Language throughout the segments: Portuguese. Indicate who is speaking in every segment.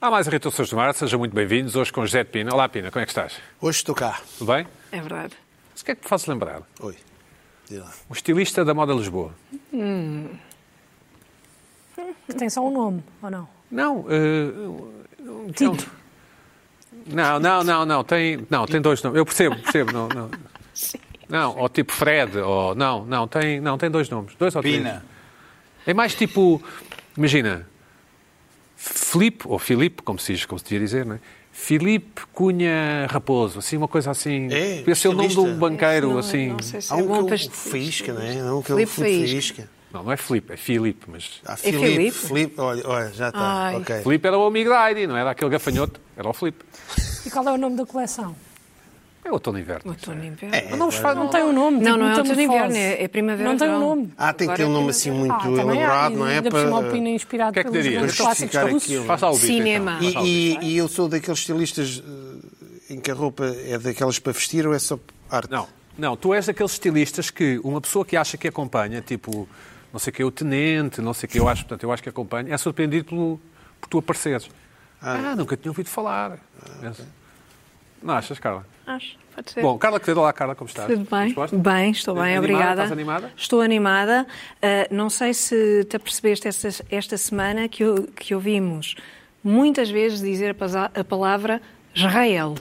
Speaker 1: Há mais irritações do mar, sejam muito bem-vindos. Hoje com José de Pina. Olá, Pina, como é que estás?
Speaker 2: Hoje estou cá.
Speaker 1: Tudo bem?
Speaker 3: É verdade.
Speaker 1: Mas o que é que te faz lembrar?
Speaker 2: Oi. Diz lá.
Speaker 1: Um estilista da moda Lisboa.
Speaker 4: Tem só um nome, ou não?
Speaker 1: Não, eh,
Speaker 4: Tito.
Speaker 1: não, não, não, não, tem, não, tem dois nomes. Eu percebo, percebo, não, não. Não, ou tipo Fred, ou não, não, tem, não, tem dois nomes, dois ou três.
Speaker 2: Pina.
Speaker 1: É mais tipo, imagina, Filipe, ou Filipe, como se, diz- como se devia dizer, não é? Filipe Cunha Raposo, assim, uma coisa assim.
Speaker 2: É,
Speaker 1: Podia ser o nome de um
Speaker 2: estilista.
Speaker 1: banqueiro,
Speaker 3: Não,
Speaker 1: assim.
Speaker 3: Não sei se
Speaker 2: Há
Speaker 3: é
Speaker 2: um
Speaker 3: bom
Speaker 2: que
Speaker 3: para
Speaker 2: é o Faísca, não é? Há um que é o
Speaker 3: Filipe
Speaker 2: Filipe
Speaker 3: Faísca.
Speaker 2: Faísca.
Speaker 1: Não, não é Filipe, é Filipe, mas...
Speaker 2: Há
Speaker 3: Filipe?
Speaker 2: Filipe. Olha, olha, já está.
Speaker 3: Ai.
Speaker 2: Ok.
Speaker 1: Filipe era o amigo da Heidi, não era aquele gafanhoto, era o Filipe.
Speaker 4: E qual é o nome da coleção?
Speaker 1: É o outono e inverno.
Speaker 3: O
Speaker 1: não sei.
Speaker 3: outono e inverno.
Speaker 2: É,
Speaker 1: Mas não os faz,
Speaker 4: Não tem um nome.
Speaker 3: Não,
Speaker 4: tipo
Speaker 3: não é outono e
Speaker 4: metamorfose.
Speaker 3: inverno, é, é primavera.
Speaker 4: Não tem um
Speaker 3: verão.
Speaker 4: nome.
Speaker 2: Ah, tem que ter
Speaker 3: Agora
Speaker 2: um nome
Speaker 3: é
Speaker 2: assim
Speaker 3: primavera.
Speaker 2: muito
Speaker 4: Ah, também há,
Speaker 2: elaborado,
Speaker 4: e
Speaker 2: não é?
Speaker 4: Ainda por cima,
Speaker 2: Para-
Speaker 4: o Pina é inspirado
Speaker 1: O que é que
Speaker 4: pelos
Speaker 1: dirias?
Speaker 4: grandes
Speaker 1: Vamos
Speaker 4: clássicos
Speaker 2: ficar
Speaker 4: russos.
Speaker 2: aqui, um
Speaker 1: Faça ao bico,
Speaker 3: Cinema.
Speaker 1: então.
Speaker 2: E,
Speaker 1: Faça ao bico.
Speaker 2: e- e eu sou daqueles estilistas eh, em que a roupa é daquelas para vestir ou é só arte?
Speaker 1: Não, não, tu és daqueles estilistas que uma pessoa que acha que acompanha, tipo, não sei o que, o tenente, não sei o que, eu acho, portanto, eu acho que acompanha, é surpreendido pelo, por tu apareceres. Ah, nunca tinha ouvido falar.
Speaker 2: Ah,
Speaker 1: Não achas, Carla?
Speaker 3: Acho, pode ser.
Speaker 1: Bom, Carla Quevedo, olá, Carla, como estás?
Speaker 3: Tudo bem?
Speaker 1: Disposta?
Speaker 3: Bem, estou bem,
Speaker 1: Animada?
Speaker 3: obrigada.
Speaker 1: Estás animada?
Speaker 3: Estou animada. Ah, não sei se te apercebeste esta, esta semana que, o- que ouvimos muitas vezes dizer a pasa- a palavra Israel.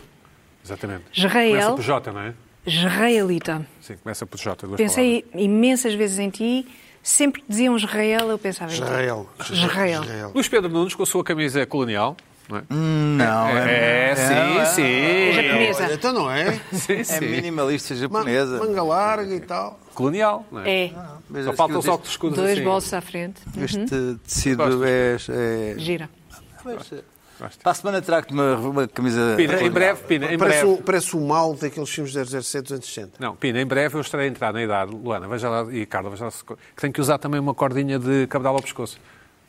Speaker 1: Exatamente.
Speaker 3: Israel.
Speaker 1: Começa por J, não é?
Speaker 3: Israelita.
Speaker 1: Sim, começa por J, duas palavras.
Speaker 3: Pensei imensas vezes em ti. Sempre que diziam Israel, eu pensava em ti.
Speaker 2: Israel.
Speaker 3: Israel.
Speaker 1: Luís Pedro Nunes, com a sua camisa colonial, não é?
Speaker 5: Não,
Speaker 1: é, sim, sim.
Speaker 3: Japonesa.
Speaker 2: Olha, então não é?
Speaker 1: Sim,
Speaker 5: É
Speaker 1: sim.
Speaker 5: minimalista
Speaker 2: Ma-
Speaker 5: japonesa.
Speaker 2: Manga larga e tal.
Speaker 1: Colonial, não é?
Speaker 3: É.
Speaker 5: Mas
Speaker 1: Só
Speaker 5: acho
Speaker 1: faltam
Speaker 5: que
Speaker 1: os óculos escuros
Speaker 3: Dois
Speaker 1: assim.
Speaker 3: bolsos à frente.
Speaker 5: Este
Speaker 3: Uhum.
Speaker 5: este tecido é. é-
Speaker 3: Gira.
Speaker 5: Mas, eh, Para a semana trago-te uma, uma camisa.
Speaker 1: Pina, em
Speaker 5: colonial.
Speaker 1: breve, Pina, em
Speaker 2: Parece
Speaker 1: breve.
Speaker 2: o, parece o mal daqueles filmes 007 dos anos 60.
Speaker 1: Não, Pina, em breve eu estarei a entrar na idade, Luana, veja lá, e Carla, veja lá, se- que tenho que usar também uma cordinha de cabedal ao pescoço,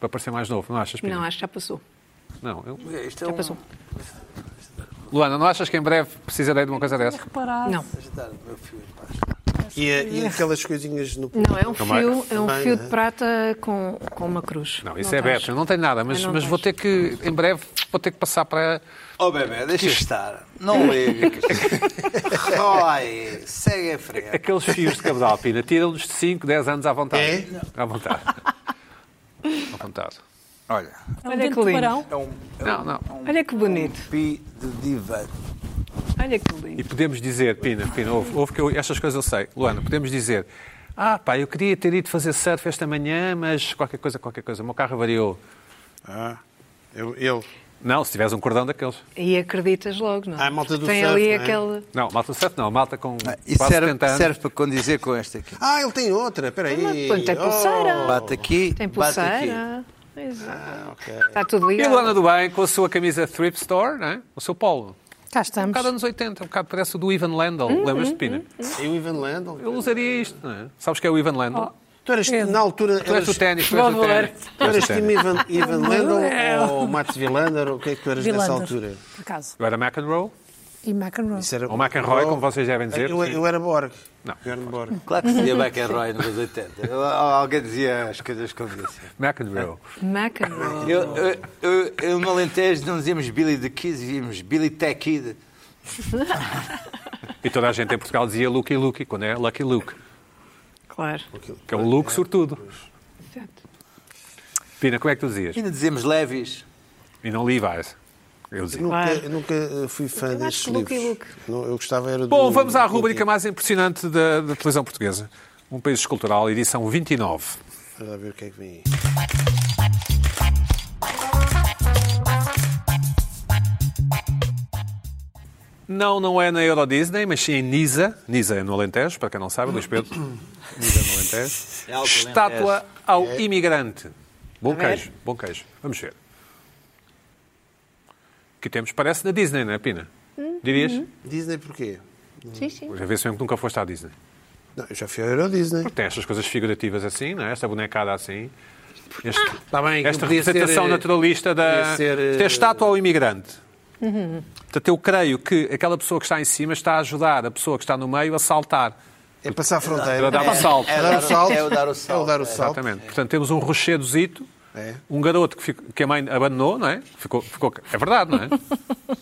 Speaker 1: para parecer mais novo, não achas, Pina?
Speaker 3: Não, é. acho que já passou.
Speaker 1: Não, eu-
Speaker 5: Isto é
Speaker 3: Já
Speaker 5: um...
Speaker 3: passou.
Speaker 1: Luana, não achas que em breve precisarei de uma coisa dessa?
Speaker 4: Reparado. é um
Speaker 3: Não.
Speaker 5: Ajudar o meu fio, pá.
Speaker 2: E, é- e aquelas coisinhas no.
Speaker 3: Não, é um
Speaker 1: Também.
Speaker 3: fio, é um
Speaker 2: Também,
Speaker 3: fio
Speaker 2: né?
Speaker 3: de prata com, com uma cruz.
Speaker 1: Não, isso é
Speaker 3: tens.
Speaker 1: beta, eu não tenho nada, mas,
Speaker 3: Eu não
Speaker 1: mas vou ter
Speaker 3: tens.
Speaker 1: que, em breve, vou ter que passar para...
Speaker 5: Oh, bebê, deixa estar. Não é. ligas. Rói, segue em frente.
Speaker 1: Aqueles fios de cabedal, Pina, tiram-nos de 5, 10 anos à vontade. À vontade. à vontade.
Speaker 5: Olha,
Speaker 4: É um
Speaker 3: Olha
Speaker 4: grande
Speaker 3: que lindo.
Speaker 4: tubarão.
Speaker 5: é um
Speaker 1: Não, não.
Speaker 3: Olha que bonito.
Speaker 1: um
Speaker 5: pi de divã.
Speaker 3: Olha que
Speaker 1: E
Speaker 3: lindo.
Speaker 1: podemos dizer, Pina, Pina, ouve, ouve que eu, estas coisas eu sei. Luana, podemos dizer, ah pá, eu queria ter ido fazer surf esta manhã, mas qualquer coisa, qualquer coisa, o meu carro variou.
Speaker 2: Ah, eu. eu.
Speaker 1: Não, se tivesse um cordão daqueles.
Speaker 3: E acreditas logo, não? é?
Speaker 2: Ah, a malta do
Speaker 3: Tem
Speaker 2: surf,
Speaker 3: ali
Speaker 2: não é?
Speaker 3: aquele.
Speaker 1: Não, malta do surf não, malta com
Speaker 5: Ah, E
Speaker 1: quase
Speaker 5: serve,
Speaker 1: 70 anos.
Speaker 5: serve para condizer com esta aqui.
Speaker 2: Ah, ele tem outra, peraí. Oh.
Speaker 3: Mas tem pulseira.
Speaker 5: Bate aqui,
Speaker 3: Tem
Speaker 5: bate aqui.
Speaker 2: Ah,
Speaker 3: pulseira. Pois é. Está tudo
Speaker 1: E a Luana
Speaker 3: ligado.
Speaker 1: do Bem, com a sua camisa Thrift Store, não é? o seu polo.
Speaker 4: Cá
Speaker 1: Um
Speaker 4: estamos. Uhum,
Speaker 1: bocado anos 80, um bocado parece o do Ivan Landau, lembras de Pina?
Speaker 2: E o Ivan Landon.
Speaker 1: Eu usaria isto, não é? Sabes que é o Ivan
Speaker 4: Oh,
Speaker 1: Landau?
Speaker 2: Tu eras, na altura,
Speaker 1: tu és
Speaker 2: eras,
Speaker 1: do ténis, tu
Speaker 4: Por
Speaker 1: és do
Speaker 4: favor.
Speaker 1: ténis.
Speaker 2: tu eras time Ivan, Ivan Landon
Speaker 4: Não.
Speaker 2: ou Matos Vilander? ou O que é que tu eras nessa
Speaker 4: Vilander,
Speaker 2: altura?
Speaker 4: Por acaso.
Speaker 1: Eu era McEnroe,
Speaker 4: E McEnroe.
Speaker 2: Isso era-
Speaker 1: Ou McEnroy, como vocês devem dizer,
Speaker 2: Eu,
Speaker 1: sim.
Speaker 2: eu era Borg.
Speaker 1: Não.
Speaker 2: Eu era Borg.
Speaker 5: Claro que seria McEnroy nos 80. Eu- Alguém dizia as coisas que eu dizia.
Speaker 1: McEnroe.
Speaker 3: Macarrão.
Speaker 5: Eu, eu, eu, eu no Alentejo não dizíamos Billy the Kid, dizíamos Billy the Kid.
Speaker 1: E toda a gente em Portugal dizia Lucky Lucky, quando é Lucky Luke.
Speaker 3: Claro.
Speaker 1: Que é o Luke, sobretudo.
Speaker 3: Exato.
Speaker 1: Pina, como é que tu dizias?
Speaker 5: Ainda dizemos Levis.
Speaker 1: E não Levi's. Eu dizia.
Speaker 2: Nunca,
Speaker 3: Claro.
Speaker 2: eu nunca eh, fui fã
Speaker 3: Eu acho
Speaker 2: destes
Speaker 3: que Luke e
Speaker 2: livros.
Speaker 3: Luke.
Speaker 2: Não, eu gostava era do...
Speaker 1: Bom, vamos à rúbrica mais impressionante da, da televisão portuguesa. Um país escultural, edição 29.
Speaker 2: Vamos lá ver o que é que vem aí.
Speaker 1: Não, não é na Euro Disney, mas sim em Nisa. Nisa é no Alentejo, para quem não sabe, Luís Pedro. Nisa é no Alentejo.
Speaker 5: É alto Alentejo.
Speaker 1: Estátua ao imigrante. Bom queijo, bom queijo. Vamos ver. Que temos, parece na Disney, não é, Pina?
Speaker 2: Uhum,
Speaker 1: Dirias?
Speaker 2: Disney porquê?
Speaker 3: Sim, sim.
Speaker 1: Já vê se mesmo que nunca foste à Disney.
Speaker 2: Não, eu já fui ao Euro Disney.
Speaker 1: Tem estas coisas figurativas assim, não é? Esta bonecada assim. Este-
Speaker 2: Está Ah, tá bem, que
Speaker 1: esta
Speaker 2: podia ser,
Speaker 1: representação
Speaker 2: eh,
Speaker 1: naturalista da.
Speaker 2: podia ser, eh, Uhum.
Speaker 1: Isto é estátua ao imigrante. Portanto, eu creio que aquela pessoa que está em cima está a ajudar a pessoa que está no meio a saltar.
Speaker 2: É passar a fronteira.
Speaker 1: Ela dava salto.
Speaker 2: É dar o salto.
Speaker 5: É o dar o salto.
Speaker 2: É o dar o salto.
Speaker 1: Exatamente. Portanto, temos um rochedozito
Speaker 2: É.
Speaker 1: Um garoto que, fico- que a mãe abandonou, não é? Ficou, ficou, é verdade, não é?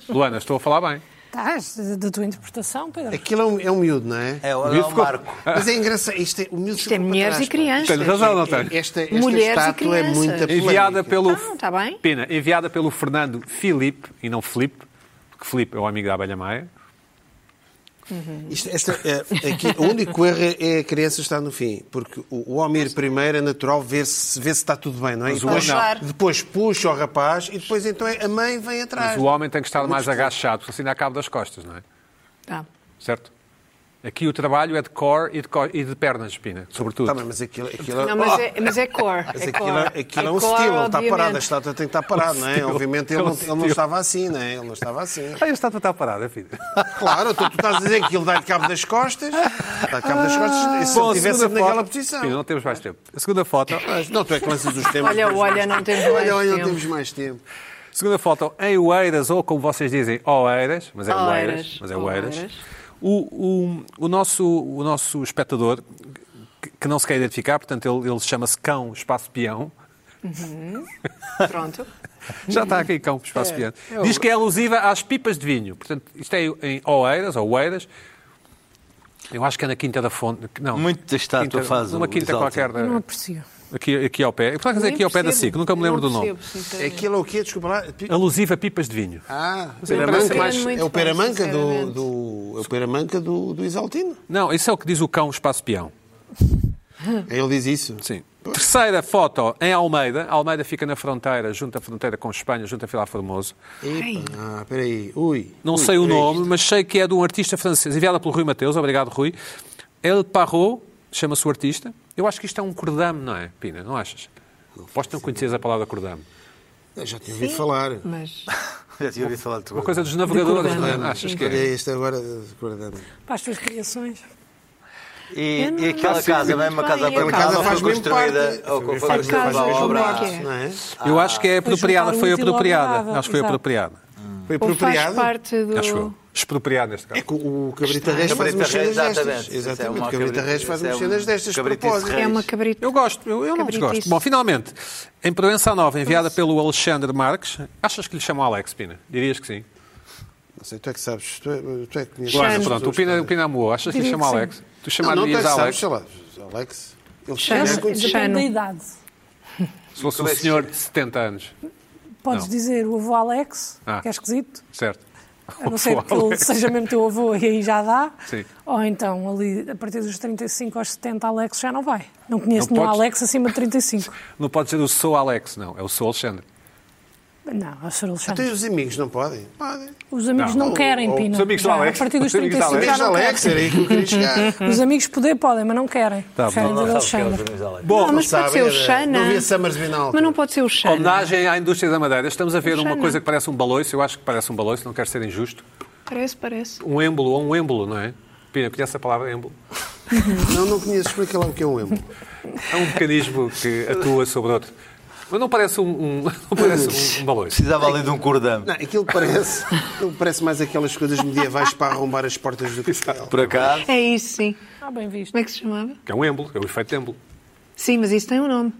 Speaker 1: Luana, estou a falar bem.
Speaker 4: Estás da tua interpretação, Pedro.
Speaker 2: Aquilo é um, é um miúdo, não é?
Speaker 5: É,
Speaker 1: O miúdo
Speaker 5: olha o
Speaker 1: ficou-
Speaker 5: Marco.
Speaker 2: Mas é engraçado. Isto é, o miúdo
Speaker 3: Isto é
Speaker 2: ficou para
Speaker 3: mulheres
Speaker 2: trás, pá.
Speaker 3: e crianças.
Speaker 1: Tenho razão, não tenho?
Speaker 2: Esta, esta
Speaker 3: Mulheres e
Speaker 2: estátua é
Speaker 3: crianças.
Speaker 2: muita
Speaker 1: Enviada
Speaker 2: polémica.
Speaker 1: pelo,
Speaker 3: Ah, tá bem.
Speaker 1: Pena, enviada pelo Fernando Filipe, e não Filipe, porque Filipe é o amigo da Abelha Maia.
Speaker 2: Isto- esta- é- aqui, o único erro é- é a criança estar no fim, porque o, o homem ir primeiro é natural ver se, ver se está tudo bem, não é? E
Speaker 1: Mas o
Speaker 2: depois,
Speaker 1: homem
Speaker 3: não.
Speaker 2: depois puxa o rapaz e depois então é- a mãe vem atrás.
Speaker 1: Mas o homem tem que estar mais
Speaker 2: Muito
Speaker 1: agachado, porque assim dá cabo das costas, não é?
Speaker 3: Tá.
Speaker 1: Certo? Aqui o trabalho é de core e de, co- e de pernas, Pina, sobretudo.
Speaker 2: Tá bem, mas aquilo, aquilo-
Speaker 3: Não, mas é, mas é cor.
Speaker 2: Mas
Speaker 3: é
Speaker 2: aquilo,
Speaker 3: cor.
Speaker 2: aquilo é um
Speaker 3: cor,
Speaker 2: estilo, ele está parado,
Speaker 3: obviamente.
Speaker 2: a estátua tem que estar parada, não é?
Speaker 1: estilo.
Speaker 2: Obviamente
Speaker 1: É
Speaker 2: ele
Speaker 1: um
Speaker 2: não, ele não
Speaker 1: estilo.
Speaker 2: estava assim, não é? Ele não estava assim.
Speaker 1: Ah, a estátua está parada, filho.
Speaker 2: Claro, tu, tu estás a dizer que ele dá-lhe cabo das costas, dá-lhe cabo das costas, se ele estivesse naquela posição.
Speaker 1: Pina, não temos mais tempo. A segunda foto,
Speaker 2: Mas Não, tu é que lanças os temas.
Speaker 3: Olha,
Speaker 2: temos
Speaker 3: olha,
Speaker 2: mais
Speaker 3: não
Speaker 2: tempo.
Speaker 3: temos mais
Speaker 2: Olha, olha, não
Speaker 3: tempo.
Speaker 2: temos mais tempo.
Speaker 1: segunda foto, em Oeiras, ou como vocês dizem, Oeiras, mas é
Speaker 3: Oeiras,
Speaker 1: Oeiras, mas é Oeiras,
Speaker 3: Oeiras.
Speaker 1: o, o, o, nosso, o nosso espectador, que, que não se quer identificar, portanto ele, ele chama-se Cão Espaço Peão,
Speaker 3: Pronto.
Speaker 1: Já está aqui cão espaço piano. Diz que é alusiva às pipas de vinho. Portanto, isto é em Oeiras, ou Oeiras. Eu acho que é na Quinta da Fonte. Não.
Speaker 5: Muito da estátua
Speaker 1: Quinta-
Speaker 5: faz o
Speaker 1: Uma quinta
Speaker 5: exalta.
Speaker 1: qualquer. da-
Speaker 4: Não aprecio.
Speaker 1: Aqui, aqui ao pé. Eu, Por acaso é aqui ao pé da SIC, nunca me lembro do nome.
Speaker 2: Aquilo é o quê? Desculpa lá.
Speaker 1: Alusiva a pipas de vinho.
Speaker 2: Ah,
Speaker 1: parece
Speaker 2: Peramanca.
Speaker 1: mais-
Speaker 2: É o Peramanca do, do, é o Peramanca do, do Isaltino.
Speaker 1: Não, isso é o que diz o cão espaço peão.
Speaker 2: Ele diz isso.
Speaker 1: Sim. Terceira foto em Almeida. Almeida fica na fronteira, junto à fronteira com Espanha, junto a Filar Formoso.
Speaker 2: Epa, ah, peraí. Ui.
Speaker 1: Não
Speaker 2: Ui,
Speaker 1: sei o
Speaker 2: peraí.
Speaker 1: nome, mas sei que é de um artista francês, enviada pelo Rui Mateus, obrigado Rui. El Parrot, chama-se o artista. Eu acho que isto é um cordame, não é, Pina? Não achas? Aposto que não conheces a palavra cordame.
Speaker 2: Eu Já tinha ouvido é falar.
Speaker 3: Mas
Speaker 5: Já tinha ouvido falar de
Speaker 1: Uma coisa dos navegadores, não
Speaker 3: cordame,
Speaker 1: é? Não achas que
Speaker 2: Olha
Speaker 1: é?
Speaker 2: isto agora. recordando.
Speaker 4: Para as tuas criações.
Speaker 5: E,
Speaker 3: Eu não-
Speaker 5: e aquela
Speaker 3: Não
Speaker 5: casa,
Speaker 3: sei
Speaker 5: não é uma
Speaker 3: muito
Speaker 5: casa
Speaker 3: bem, a
Speaker 5: para
Speaker 3: casa
Speaker 5: casa
Speaker 2: faz
Speaker 5: foi
Speaker 2: mesmo parte.
Speaker 5: construída ou foi
Speaker 2: Faz-
Speaker 5: construída
Speaker 3: faz
Speaker 5: para a
Speaker 3: mesmo
Speaker 5: obra.
Speaker 3: parte.
Speaker 5: arte.
Speaker 2: Não é?
Speaker 1: Eu acho que é
Speaker 4: Foi
Speaker 1: apropriada,
Speaker 4: juntar um o
Speaker 1: foi
Speaker 4: útil ao
Speaker 1: apropriada.
Speaker 4: agradável,
Speaker 1: Acho que foi
Speaker 4: exato.
Speaker 1: apropriada.
Speaker 2: Foi
Speaker 3: ou faz
Speaker 2: apropriado.
Speaker 3: parte do.
Speaker 1: Acho eu. Expropriada neste
Speaker 2: É
Speaker 1: caso.
Speaker 2: que o o Cabrita Reis faz
Speaker 5: Cabrita
Speaker 2: umas
Speaker 5: Reis,
Speaker 2: cenas destas.
Speaker 5: exatamente. Isso é
Speaker 2: Exatamente.
Speaker 5: uma
Speaker 2: O Cabrita
Speaker 5: cabrita-
Speaker 2: Reis faz
Speaker 5: isso é
Speaker 2: umas
Speaker 5: um
Speaker 2: cerejas destas de
Speaker 5: cabritice
Speaker 2: propósito.
Speaker 5: reis.
Speaker 3: É uma cabrita.
Speaker 1: Eu gosto, eu, eu não
Speaker 3: Cabritice.
Speaker 1: desgosto. Bom, finalmente, em Provença Nova, enviada pelo Alexandre Marques, achas que lhe chamam Alex, Pina? Dirias que sim.
Speaker 2: Não sei, tu é que sabes. Tu é, tu é que conheces.
Speaker 1: Luana,
Speaker 3: Chamo.
Speaker 1: pronto, o Pina, o Pina amou. Achas que lhe
Speaker 4: Diria
Speaker 1: chamam
Speaker 4: que sim.
Speaker 1: Alex? Tu
Speaker 2: Não, não, tu é
Speaker 1: chamarias
Speaker 2: que sabes,
Speaker 1: Alex?
Speaker 2: sei lá. Alex. Ele
Speaker 3: Chama.
Speaker 2: se calhar-
Speaker 3: Conhece-
Speaker 4: Depende da idade.
Speaker 1: Se fosse um senhor de 70 anos,
Speaker 4: Podes
Speaker 1: Não.
Speaker 4: dizer o avô Alex,
Speaker 1: Ah.
Speaker 4: que é esquisito,
Speaker 1: certo?
Speaker 4: a não ser que ele
Speaker 1: Alex.
Speaker 4: seja mesmo teu avô e aí já dá.
Speaker 1: é. Sim.
Speaker 4: Ou então, ali, a partir dos 35 aos 70, Alex já não vai. Não conheço
Speaker 1: Não
Speaker 4: nenhum
Speaker 1: podes-
Speaker 4: Alex acima de 35.
Speaker 1: Não pode ser o sou Alex, não. É o sou Alexandre.
Speaker 4: Não, é o Sr.
Speaker 2: Até
Speaker 4: Alexandre.
Speaker 2: os amigos não podem? Podem.
Speaker 4: Os amigos não,
Speaker 2: Não,
Speaker 4: querem,
Speaker 2: ou-
Speaker 4: Pina.
Speaker 1: os amigos do
Speaker 4: Já,
Speaker 1: Alex.
Speaker 4: A partir dos
Speaker 1: Os amigos do
Speaker 4: 35
Speaker 1: Alex.
Speaker 4: já
Speaker 2: Amigos de
Speaker 4: não
Speaker 2: Alex,
Speaker 4: querem.
Speaker 2: era aí que eu queria chegar.
Speaker 4: Os amigos poder podem, mas não querem.
Speaker 1: Tá
Speaker 4: Querem
Speaker 1: bom.
Speaker 4: dizer
Speaker 5: Não sabe o que é
Speaker 4: Alexandre.
Speaker 5: os amigos de Alex.
Speaker 1: Bom,
Speaker 3: Não, mas
Speaker 2: Não sabem,
Speaker 3: pode ser o
Speaker 2: era-
Speaker 3: Xana.
Speaker 2: não havia Summersby na altura.
Speaker 3: Mas É, não pode ser o Xana.
Speaker 1: Homenagem à indústria da madeira. Estamos a ver uma
Speaker 3: Alexandre.
Speaker 1: coisa que parece um baloiço. Eu acho que parece um baloiço, não quero ser injusto.
Speaker 3: Parece, parece.
Speaker 1: Um êmbolo, ou um êmbolo, não é? Pina, conhece a palavra êmbolo?
Speaker 2: Não, não conheço. Explica lá o que é um emo.
Speaker 1: É um mecanismo que atua sobre outro. Mas não parece um, um- não parece um, um baloiço.
Speaker 5: Precisava ali de um cordão.
Speaker 2: Não, aquilo parece, aquilo parece mais aquelas coisas medievais para arrombar as portas do castelo.
Speaker 5: Por acaso,
Speaker 3: É isso, sim.
Speaker 4: Ah, bem visto.
Speaker 3: Como é que se chamava?
Speaker 1: Que é um êmbolo, é o efeito êmbolo.
Speaker 3: Sim, mas isso tem um nome.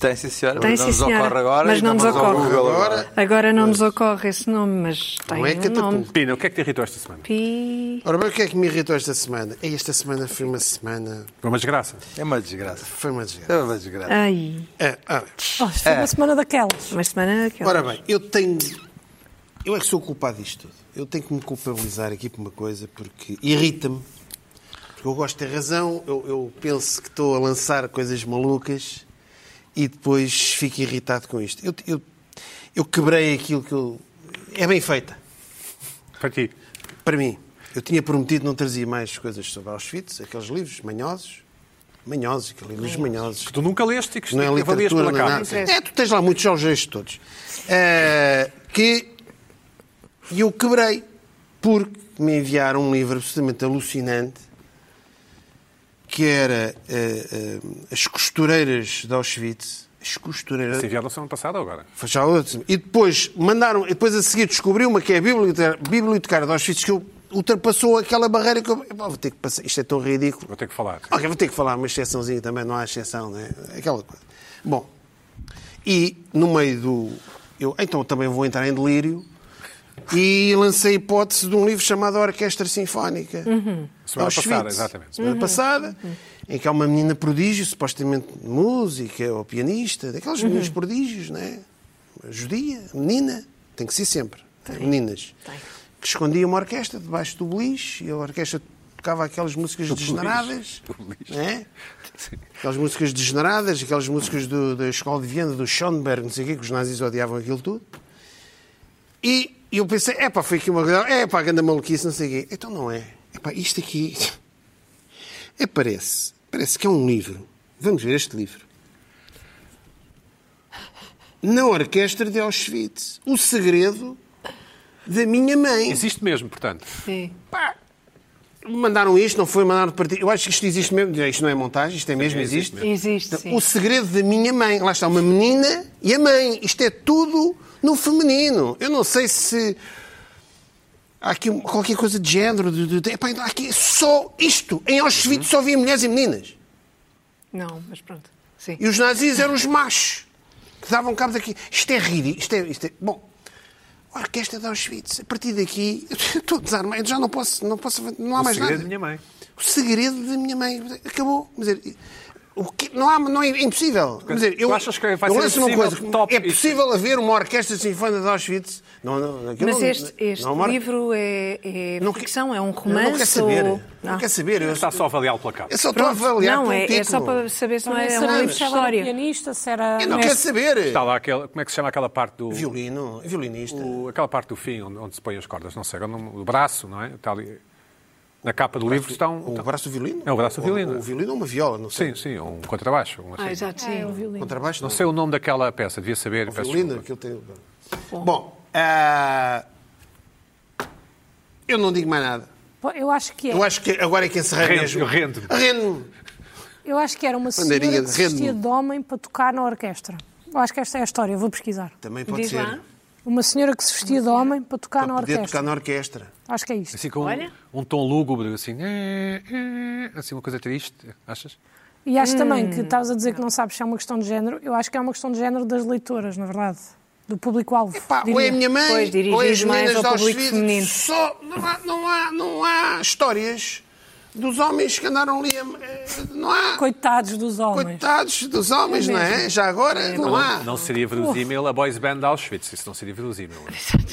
Speaker 5: tem sim senhora,
Speaker 3: Tem,
Speaker 5: mas
Speaker 3: sim,
Speaker 5: não nos ocorre
Speaker 3: senhora.
Speaker 5: agora.
Speaker 3: Mas
Speaker 5: e
Speaker 3: não nos
Speaker 5: vamos ao
Speaker 3: ocorre.
Speaker 5: Google
Speaker 2: Agora,
Speaker 3: Agora não nos ocorre esse nome, mas tem
Speaker 2: é
Speaker 3: um nome.
Speaker 2: catapulta.
Speaker 1: Pina, o que é que te irritou esta semana?
Speaker 3: Pi...
Speaker 2: Ora bem, o que é que me irritou esta semana? Ei, Esta semana foi uma semana...
Speaker 1: Foi uma desgraça.
Speaker 5: É uma desgraça.
Speaker 2: Foi uma desgraça.
Speaker 5: É uma desgraça.
Speaker 3: Ai,
Speaker 2: É, ah, bem.
Speaker 4: Oh, isto foi uma semana daquelas.
Speaker 3: uma semana daquela.
Speaker 2: Ora bem, eu tenho... Eu é que sou o culpado disto tudo. Eu tenho que me culpabilizar aqui por uma coisa, porque irrita-me. Porque eu gosto de ter razão, eu, eu penso que estou a lançar coisas malucas e depois fico irritado com isto. Eu, eu, eu quebrei aquilo que eu... É bem feita.
Speaker 1: Para ti.
Speaker 2: Para mim, eu tinha prometido não trazia mais coisas sobre Auschwitz, aqueles livros manhosos, manhosos, aqueles livros manhosos.
Speaker 1: Que tu nunca leste e que
Speaker 2: Não é
Speaker 1: avalias
Speaker 2: literatura,
Speaker 1: pela
Speaker 2: não é
Speaker 1: capa.
Speaker 2: nada. É, tu tens lá muitos algejos todos. Eh, que e eu quebrei porque me enviaram um livro absolutamente alucinante que era eh, eh, As Costureiras de Auschwitz. As Costureiras...
Speaker 1: Se enviaram semana passada ou agora?
Speaker 2: Foi já outro. E depois mandaram, e depois a seguir descobri uma que é a bibliotecária, bibliotecária de Auschwitz que eu- ultrapassou aquela barreira que eu. Epá, vou ter que passar, isto é tão ridículo.
Speaker 1: Vou ter que falar.
Speaker 2: Ah, Ok, vou ter que falar uma exceçãozinha também, não há exceção, não é? Aquela coisa. Bom, E no meio do. Eu, então também vou entrar em delírio. E lancei a hipótese de um livro chamado A Orquestra Sinfónica.
Speaker 1: Semana
Speaker 2: Auschwitz.
Speaker 1: passada, exatamente.
Speaker 2: Semana passada, em que há uma menina prodígio, supostamente música ou pianista, daquelas meninas prodígios, não é? Judia, menina, tem que ser sempre. né? Meninas.
Speaker 3: Tem.
Speaker 2: Que escondia uma orquestra debaixo do beliche e a orquestra tocava aquelas músicas degeneradas.
Speaker 1: beliche.
Speaker 2: não é? Aquelas músicas degeneradas, aquelas músicas do- da escola de Viena, do Schoenberg, não sei o quê, que os nazis odiavam aquilo tudo. E eu pensei, epá, foi aqui uma coisa, epá, grande maluquice, não sei o quê. Então não é. Epá, isto aqui é, parece, parece que é um livro. Vamos ver este livro. Na Orquestra de Auschwitz, o segredo da minha mãe. Assim,
Speaker 1: Existe mesmo, portanto.
Speaker 3: Sim.
Speaker 2: Pá, mandaram isto, não foi mandaram de partido. Eu acho que isto existe mesmo. Isto não é montagem, isto é mesmo,
Speaker 1: existe
Speaker 2: existe.
Speaker 3: Existe, sim.
Speaker 2: O segredo da minha mãe. Lá está uma menina e a mãe. Isto é tudo no feminino. Eu não sei se. Há aqui um- qualquer coisa de género. De, de, de, epá, há aqui só isto. Em Auschwitz só havia mulheres e meninas.
Speaker 3: Não, mas pronto. Sim.
Speaker 2: E os nazis eram os machos. Que davam cabo daqui. Isto é ridículo. Isto é, isto é- Bom, a orquestra de Auschwitz. A partir daqui, eu estou desarmado. Eu já não posso. Não, posso, não há
Speaker 1: O
Speaker 2: mais
Speaker 1: segredo
Speaker 2: nada.
Speaker 1: da minha mãe.
Speaker 2: O segredo da minha mãe. Acabou. Quer dizer, o que- não, há, não é, é impossível. Quer dizer, eu,
Speaker 1: Tu achas que vai
Speaker 2: eu
Speaker 1: ser
Speaker 2: lanço uma
Speaker 1: impossível?
Speaker 2: coisa.
Speaker 1: Top.
Speaker 2: É possível haver uma orquestra sinfónica de Auschwitz? Não, não, aquilo
Speaker 3: Mas
Speaker 2: não-
Speaker 3: este, este
Speaker 2: não é uma or-
Speaker 3: livro é, é
Speaker 2: Não que-
Speaker 3: ficção, é um
Speaker 2: Eu
Speaker 3: romance?
Speaker 2: Não quero saber.
Speaker 3: Ou... Ah.
Speaker 2: Não quero saber. Eu,
Speaker 1: Está só a avaliar o placar.
Speaker 2: eu só estou a avaliar
Speaker 3: não,
Speaker 2: pelo
Speaker 3: é, é
Speaker 2: título.
Speaker 3: só para saber se não
Speaker 4: Também
Speaker 3: é
Speaker 4: saber
Speaker 3: um livro de
Speaker 4: se ela era
Speaker 3: história.
Speaker 4: pianista, se era.
Speaker 2: Eu não quero saber.
Speaker 1: Está lá aquela. Como é que se chama aquela parte do.
Speaker 2: Violino, é violinista.
Speaker 1: o- aquela parte do fim onde, onde se põe as cordas, não sei, agora não- o braço, não é? Está ali- na capa do livro está um.
Speaker 2: O
Speaker 1: está-
Speaker 2: braço do violino?
Speaker 1: É o braço do
Speaker 2: Ou-
Speaker 1: violino.
Speaker 2: O violino ou uma viola, não sei.
Speaker 1: Sim, sim, um contrabaixo. Um assim.
Speaker 3: Ah, exato, sim.
Speaker 2: Contrabaixo?
Speaker 1: Não sei o nome daquela peça, devia saber. peço
Speaker 2: violino,
Speaker 1: desculpa.
Speaker 2: aquilo tem. Bom, ah, eu não digo mais nada.
Speaker 4: Pô, Eu acho que é.
Speaker 2: Eu acho que agora é que encerrei
Speaker 1: Rendo,
Speaker 2: mesmo. Ah,
Speaker 1: eu rendo-me.
Speaker 2: Rendo-me.
Speaker 4: Eu acho que era uma senhora
Speaker 2: Bandeirinha
Speaker 4: que
Speaker 2: de
Speaker 4: se vestia
Speaker 2: rede.
Speaker 4: de homem para tocar na orquestra. Eu acho que esta é a história, eu vou pesquisar.
Speaker 2: Também pode
Speaker 3: Diz
Speaker 2: ser.
Speaker 3: lá. tá
Speaker 4: Uma senhora que se vestia de homem para tocar
Speaker 2: Para
Speaker 4: na
Speaker 2: poder
Speaker 4: orquestra.
Speaker 2: tocar na orquestra.
Speaker 4: Acho que é isto.
Speaker 1: Assim com
Speaker 3: Olha.
Speaker 1: um, um tom lúgubre, assim. eh, eh, Assim, uma coisa triste, achas?
Speaker 4: E acho também que estavas a dizer que não sabes se é uma questão de género. Eu acho que é uma questão de género das leitoras, na verdade. Do público-alvo.
Speaker 2: Pá, ou é a
Speaker 4: diria.
Speaker 2: minha mãe,
Speaker 3: Pois, dirigido
Speaker 2: ou é as
Speaker 3: mais
Speaker 2: meninas
Speaker 3: ao
Speaker 2: de
Speaker 3: público
Speaker 2: Auschwitz.
Speaker 3: feminino.
Speaker 2: Só, não, há, não, há, não há histórias dos homens que andaram ali. a- eh, Não há.
Speaker 4: Coitados dos homens.
Speaker 2: Coitados dos homens, não é? Já agora não, há.
Speaker 1: Não seria verosímil a boys band de Auschwitz, isso não seria verosímil.